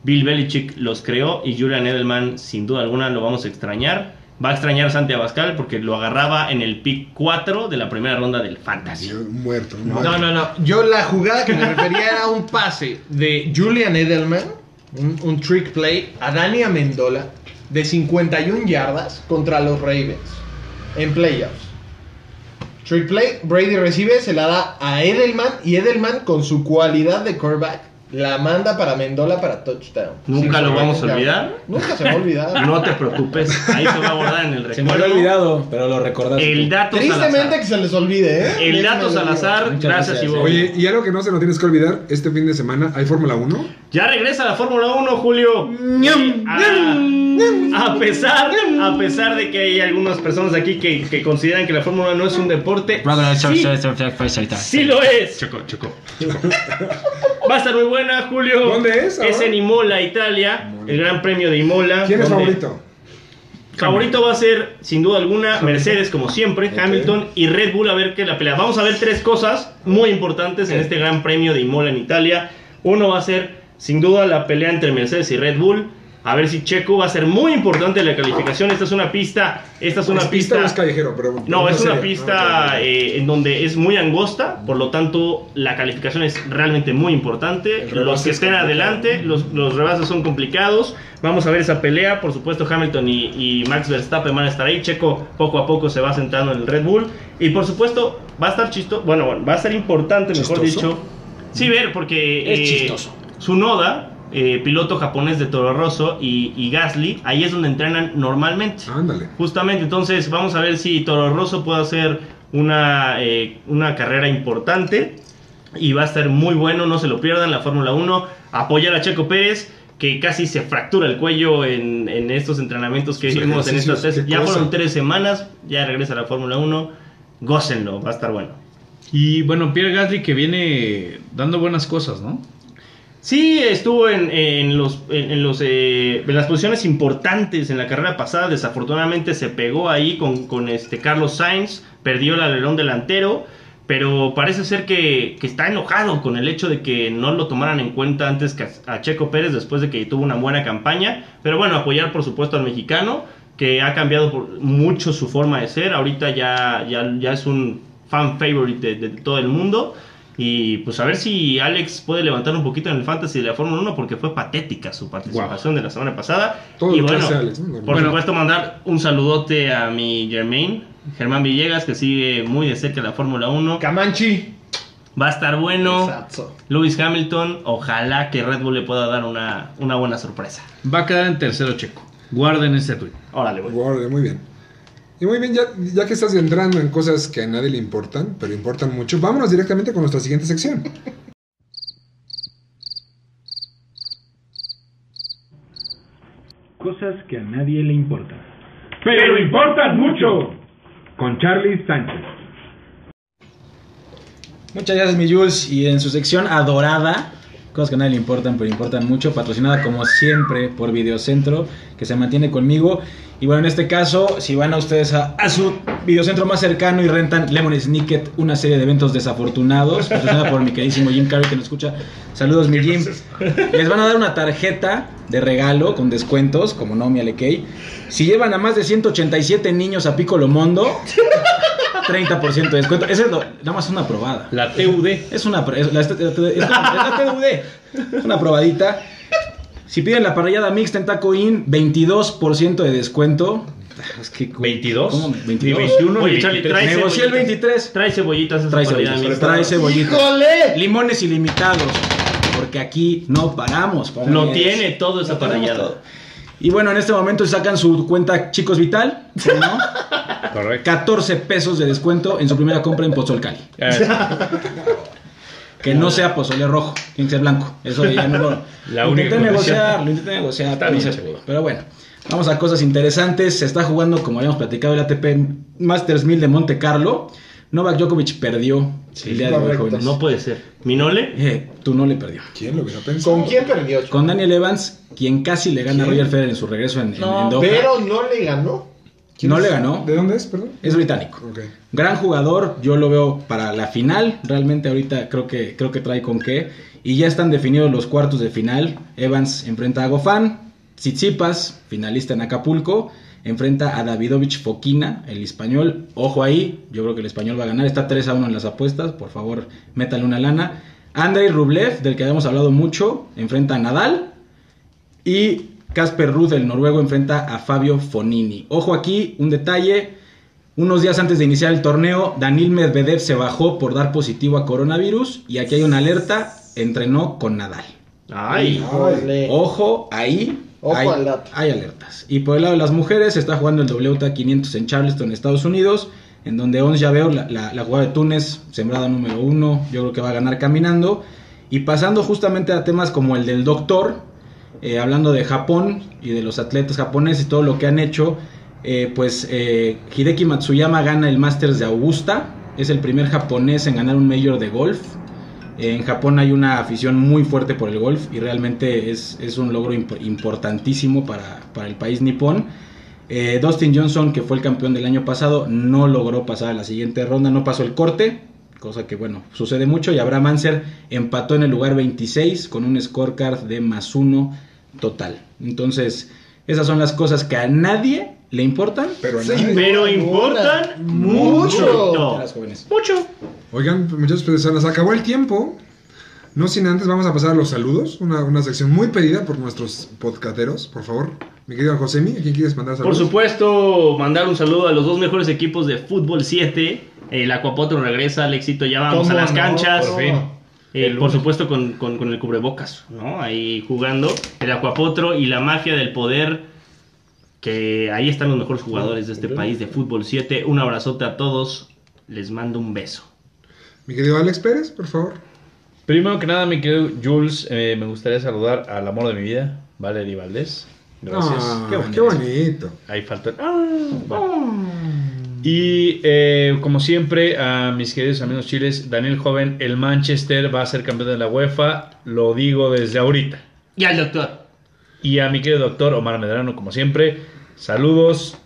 Bill Belichick los creó y Julian Edelman, sin duda alguna, lo vamos a extrañar. Va a extrañar a Santi Abascal porque lo agarraba en el pick 4 de la primera ronda del Fantasy.
Dios, Muerto. muerto.
No, no, no. Yo la jugada que me refería era un pase de Julian Edelman, un, un trick play, a Dani Amendola, de 51 yardas contra los Ravens en playoffs. Trick play, Brady recibe, se la da a Edelman y Edelman con su cualidad de quarterback la manda para Amendola para touchdown.
Nunca lo vamos a
51
olvidar.
yardas. Nunca se va a olvidar.
(laughs) No te preocupes, ahí se va a guardar en el
Se me
recuerdo.
había olvidado, pero lo recordaste.
El dato
Tristemente
Salazar.
que se les olvide, ¿eh?
El dato
Déjenme decirlo.
Salazar,
Muchas
gracias,
gracias.
Ivo.
eh. Oye, y algo que no se lo tienes que olvidar, este fin de semana hay Fórmula 1.
ya regresa la Fórmula 1, Julio. Ah, A, a pesar, a pesar de que hay algunas personas aquí que, que consideran que la Fórmula 1 no es un deporte, sí, sí lo es.
Choco, choco.
Va a estar muy buena, Julio.
¿Dónde es ahora?
Es en Imola, Italia, el Gran Premio de Imola.
¿Quién es
donde-
favorito?
Favorito va a ser, sin duda alguna, Mercedes, como siempre, Hamilton y Red Bull a ver qué la pelea. Vamos a ver tres cosas muy importantes en este gran premio de Imola en Italia. Uno va a ser, sin duda, la pelea entre Mercedes y Red Bull. A ver si Checo va a ser muy importante en la calificación. Esta es una pista, esta es una
¿Es
pista.
pista o es callejero? Pero
No, es una
sería.
pista
Ah,
eh, en donde es muy angosta, por lo tanto la calificación es realmente muy importante. Los que estén adelante, los, los rebases son complicados. Vamos a ver esa pelea, por supuesto Hamilton y, y Max Verstappen van a estar ahí. Checo poco a poco se va sentando en el Red Bull. Y por supuesto va a estar chistoso, bueno, bueno, va a ser importante, mejor dicho. Sí, ver, porque...
Es
eh,
chistoso.
Tsunoda, eh, piloto japonés de Toro Rosso, y, y Gasly, ahí es donde entrenan normalmente.
Ándale.
Justamente, entonces vamos a ver si Toro Rosso puede hacer una, eh, una carrera importante y va a estar muy bueno, no se lo pierdan, la Fórmula 1, apoyar a Checo Pérez, que casi se fractura el cuello en, en estos entrenamientos que
Sí,
vimos en
ejercicios,
estas tres.
qué
Ya
cosa.
fueron tres semanas, ya regresa la Fórmula 1, gócenlo, va a estar bueno.
Y bueno, Pierre Gasly que viene dando buenas cosas, ¿no?
Sí, estuvo en, en los, en, en los, eh, en las posiciones importantes en la carrera pasada. Desafortunadamente se pegó ahí con, con este Carlos Sainz, perdió el alerón delantero, pero parece ser que, que está enojado con el hecho de que no lo tomaran en cuenta antes que a, a Checo Pérez después de que tuvo una buena campaña. Pero bueno, apoyar por supuesto al mexicano, que ha cambiado por- mucho su forma de ser. Ahorita ya, ya, ya es un fan favorite de- de todo el mundo. Y pues a ver si Alex puede levantar un poquito en el fantasy de la Fórmula 1 porque fue patética su participación de la semana pasada.
Todo
y
lo que
bueno,
hace Alex, ¿no?
por
Bueno.
supuesto mandar un saludote a mi Germain, Germán Villegas, que sigue muy de cerca la Fórmula 1.
Camanchi.
Va a estar bueno.
Sazo.
Lewis Hamilton, ojalá que Red Bull le pueda dar una, una buena sorpresa.
Va a quedar en tercero Checo. Guarden este tweet.
Órale, güey.
Guarda, muy bien. Y muy bien, ya, ya que estás entrando en cosas que a nadie le importan, pero importan mucho, vámonos directamente con nuestra siguiente sección.
Cosas que a nadie le importan.
pero importan mucho. Con Charlie Sánchez.
Muchas gracias, mi Jules. Y en su sección adorada, cosas que a nadie le importan, pero importan mucho, patrocinada como siempre por Videocentro, que se mantiene conmigo. Y bueno, en este caso, si van a ustedes a, a su videocentro más cercano y rentan Lemon Snicket, una serie de eventos desafortunados, patrocinada por mi queridísimo Jim Carrey, que nos escucha. Saludos, mi Jim. Les van a dar una tarjeta de regalo con descuentos, como no, mi Alekei. Si llevan a más de 187 niños a Piccolo Mondo, 30% de descuento. Esa es lo- nada más una probada.
La TUD.
Es una pro- es la, es la- es la TVD. Es una probadita. Si piden la parrillada mixta en Taco In, 22% de descuento. Es que, güey,
¿22?
¿Cómo?
Y
22.
21
Oye,
y
Charlie,
23.
trae
Negocié el
cebollitas.
23.
Trae cebollitas. esa
Trae
parrilla,
cebollitas.
mi-
Trae cebollitas.
¡Híjole!
Limones ilimitados. Porque aquí no paramos.
Lo
jóvenes.
tiene todo esa
Lo tenemos
parrillada.
todo. Y bueno, en este momento sacan su cuenta Chicos Vital. ¿no?
Correcto.
14 pesos de descuento en su primera compra en Pozol Cali.
Eh,
Que no sea pozole rojo, tiene que ser blanco. Eso ya
(laughs)
no lo.
La
lo
única
intenté
condición.
negociar, lo intenté negociar.
Está
pero,
bien,
no se
seguro.
pudo. pero bueno, vamos a cosas interesantes. Se está jugando, como habíamos platicado, el ATP Masters 1000 de Monte Carlo. Novak Djokovic perdió el día de hoy,
correcto.
jóvenes.
No puede ser. Minole.
Eh, tú no le perdió.
¿Quién lo hubiera pensado?
¿Con quién perdió?
Con Daniel Evans, quien casi le gana a Roger Federer en su regreso en, en- en Doha.
Pero no le ganó.
¿Quién
no
es?
le ganó.
¿De dónde es, perdón?
Es británico.
Ok.
Gran jugador, yo lo veo para la final. Realmente ahorita creo que, creo que trae con qué. Y ya están definidos los cuartos de final. Evans enfrenta a Gofán. Tsitsipas, finalista en Acapulco, enfrenta a Davidovich Foquina, el español. Ojo ahí, yo creo que el español va a ganar. Está 3 a 1 en las apuestas. Por favor, métale una lana. Andrei Rublev, del que habíamos hablado mucho, enfrenta a Nadal. Y Casper Ruud, el noruego, enfrenta a Fabio Fonini. Ojo aquí, un detalle. Unos días antes de iniciar el torneo, Danil Medvedev se bajó por dar positivo a coronavirus. Y aquí hay una alerta, entrenó con Nadal.
Ay.
Híjole.
Ojo, ahí
Ojo
hay,
al dato.
hay alertas. Y por el lado de las mujeres, se está jugando el WTA 500 en Charleston, Estados Unidos, en donde Ons ya veo la, la- la jugada de Túnez, sembrada número uno, yo creo que va a ganar caminando. Y pasando justamente a temas como el del doctor, eh, hablando de Japón y de los atletas japoneses y todo lo que han hecho, eh, pues eh, Hideki Matsuyama gana el Masters de Augusta, es el primer japonés en ganar un Major de golf. En Japón hay una afición muy fuerte por el golf y realmente es, es un logro imp- importantísimo para, para el país nipón. Eh, Dustin Johnson, que fue el campeón del año pasado, no logró pasar a la siguiente ronda, no pasó el corte, cosa que bueno, sucede mucho. Y Abraham Anser empató en el lugar 26 con un scorecard de más uno total. Entonces, esas son las cosas que a nadie le importan.
Pero a
Sí.
nadie.
Pero importan
Mucho.
mucho.
Las jóvenes.
Mucho.
Oigan, muchachos, pues se nos acabó el tiempo. No sin antes, vamos a pasar a los saludos. Una, una sección muy pedida por nuestros podcateros, por favor. Mi querido Josemi, ¿a quién quieres mandar
Por
saludos?
supuesto, mandar un saludo a los dos mejores equipos de fútbol 7. El Acuapotro regresa, Alexito, ya vamos a
¿Cómo
las
no?
canchas.
Por
Por,
fin.
por supuesto, con, con- con el cubrebocas, ¿no? Ahí jugando. El Acuapotro y la magia del poder. Que ahí están los mejores jugadores de este país de fútbol 7. Un abrazote a todos. Les mando un beso.
Mi querido Alex Pérez, por favor.
Primero que nada, mi querido Jules, eh, me gustaría saludar al amor de mi vida, Valery Valdés. Gracias.
Ah,
Qué
qué bonito.
Ahí faltó.
Ah,
el- Bueno. Y eh, como siempre, a mis queridos amigos chiles, Daniel Joven, el Manchester va a ser campeón de la UEFA, lo digo desde ahorita.
Y al doctor.
Y a mi querido doctor Omar Medrano, como siempre, saludos,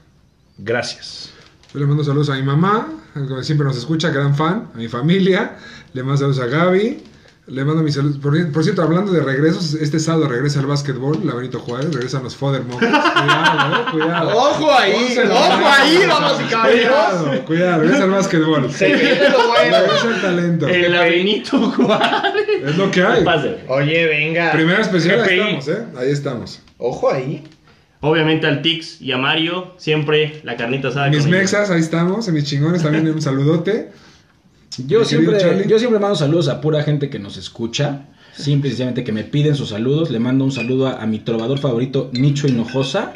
gracias.
Yo le mando saludos a mi mamá, que siempre nos escucha, gran fan, a mi familia. Le mando saludos a Gaby. Le mando mis saludos. Por, por cierto, hablando de regresos, este sábado regresa el básquetbol, la Benito Juárez, regresan los Foddermokers. Cuidado, eh, cuidado.
¡Ojo ahí!
Once de la
¡Ojo
mañana.
ahí, damas y caballeros!
Cuidado, cuidado, regresa el básquetbol.
Se viene lo bueno.
Regresa el talento.
El Benito Juárez.
Es lo que hay.
Pase.
Oye, venga.
Primera especial, ahí
GPI.
estamos, ¿eh? Ahí estamos.
Ah,
Ojo ahí.
Obviamente al Tix y a Mario, siempre la carnita asada.
Mis
con ellos.
mexas, ahí estamos. A mis chingones también un saludote.
Yo
Mi querido
siempre,
Charlie.
yo siempre mando saludos a pura gente que nos escucha. Simple y sencillamente que me piden sus saludos. Le mando un saludo a, a mi trovador favorito, Nicho Hinojosa.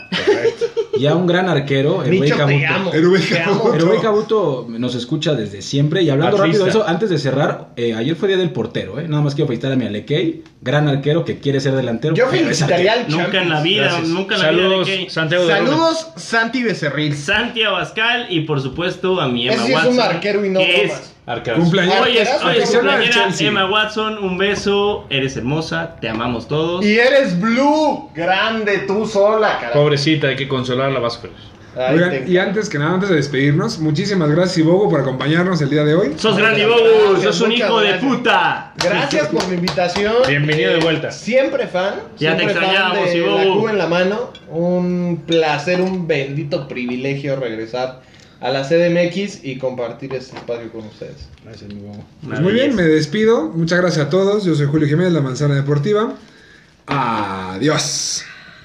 Y a un gran arquero, el güey
Nicho, te
Cabuto.
amo.
Héroe
Te amo.
Cabuto.
Pero güey Cabuto nos escucha desde siempre. Y hablando rápido
Artista.
de eso, antes de cerrar, eh, ayer fue día del portero, ¿eh? Nada más quiero felicitar a mi Alekei, gran arquero que quiere ser delantero.
Yo
pero es
felicitaría al
Nunca en la
Champions.
vida,
Gracias.
nunca en la
saludos,
vida. de que-
Santiago de Luna.
Saludos, Santi Becerril.
Santi Abascal y por supuesto a mi Emma
Ese sí es
Watson.
un arquero y no
que es-
bromas.
Arcadas.
Cumpleaños.
Hoy es,
Arquerazo,
hoy es su
aficionado
al
playera,
Chelsea.
Emma Watson, un beso, eres hermosa, te amamos todos.
Y eres blue. Grande tú sola, carajo.
Pobrecita, hay que consolarla, Vasco.
Ahí
Oigan,
te
y
encargo.
antes que nada, antes de despedirnos, muchísimas gracias, Ibogo, por acompañarnos el día de hoy. Pues
sos grande,
Muchas
Bobo,
gracias,
sos un
muchas
hijo de
gracias.
puta.
Gracias por la invitación. Eh,
Bienvenido de vuelta.
Siempre fan.
Ya te
siempre fan
extrañábamos,
de
Ibobu.
La Cuba en la mano. Un placer, un bendito privilegio regresar a la CDMX y compartir este espacio con ustedes.
Pues muy bien, me despido. Muchas gracias a todos. Yo soy Julio Jiménez, La Manzana Deportiva. Adiós.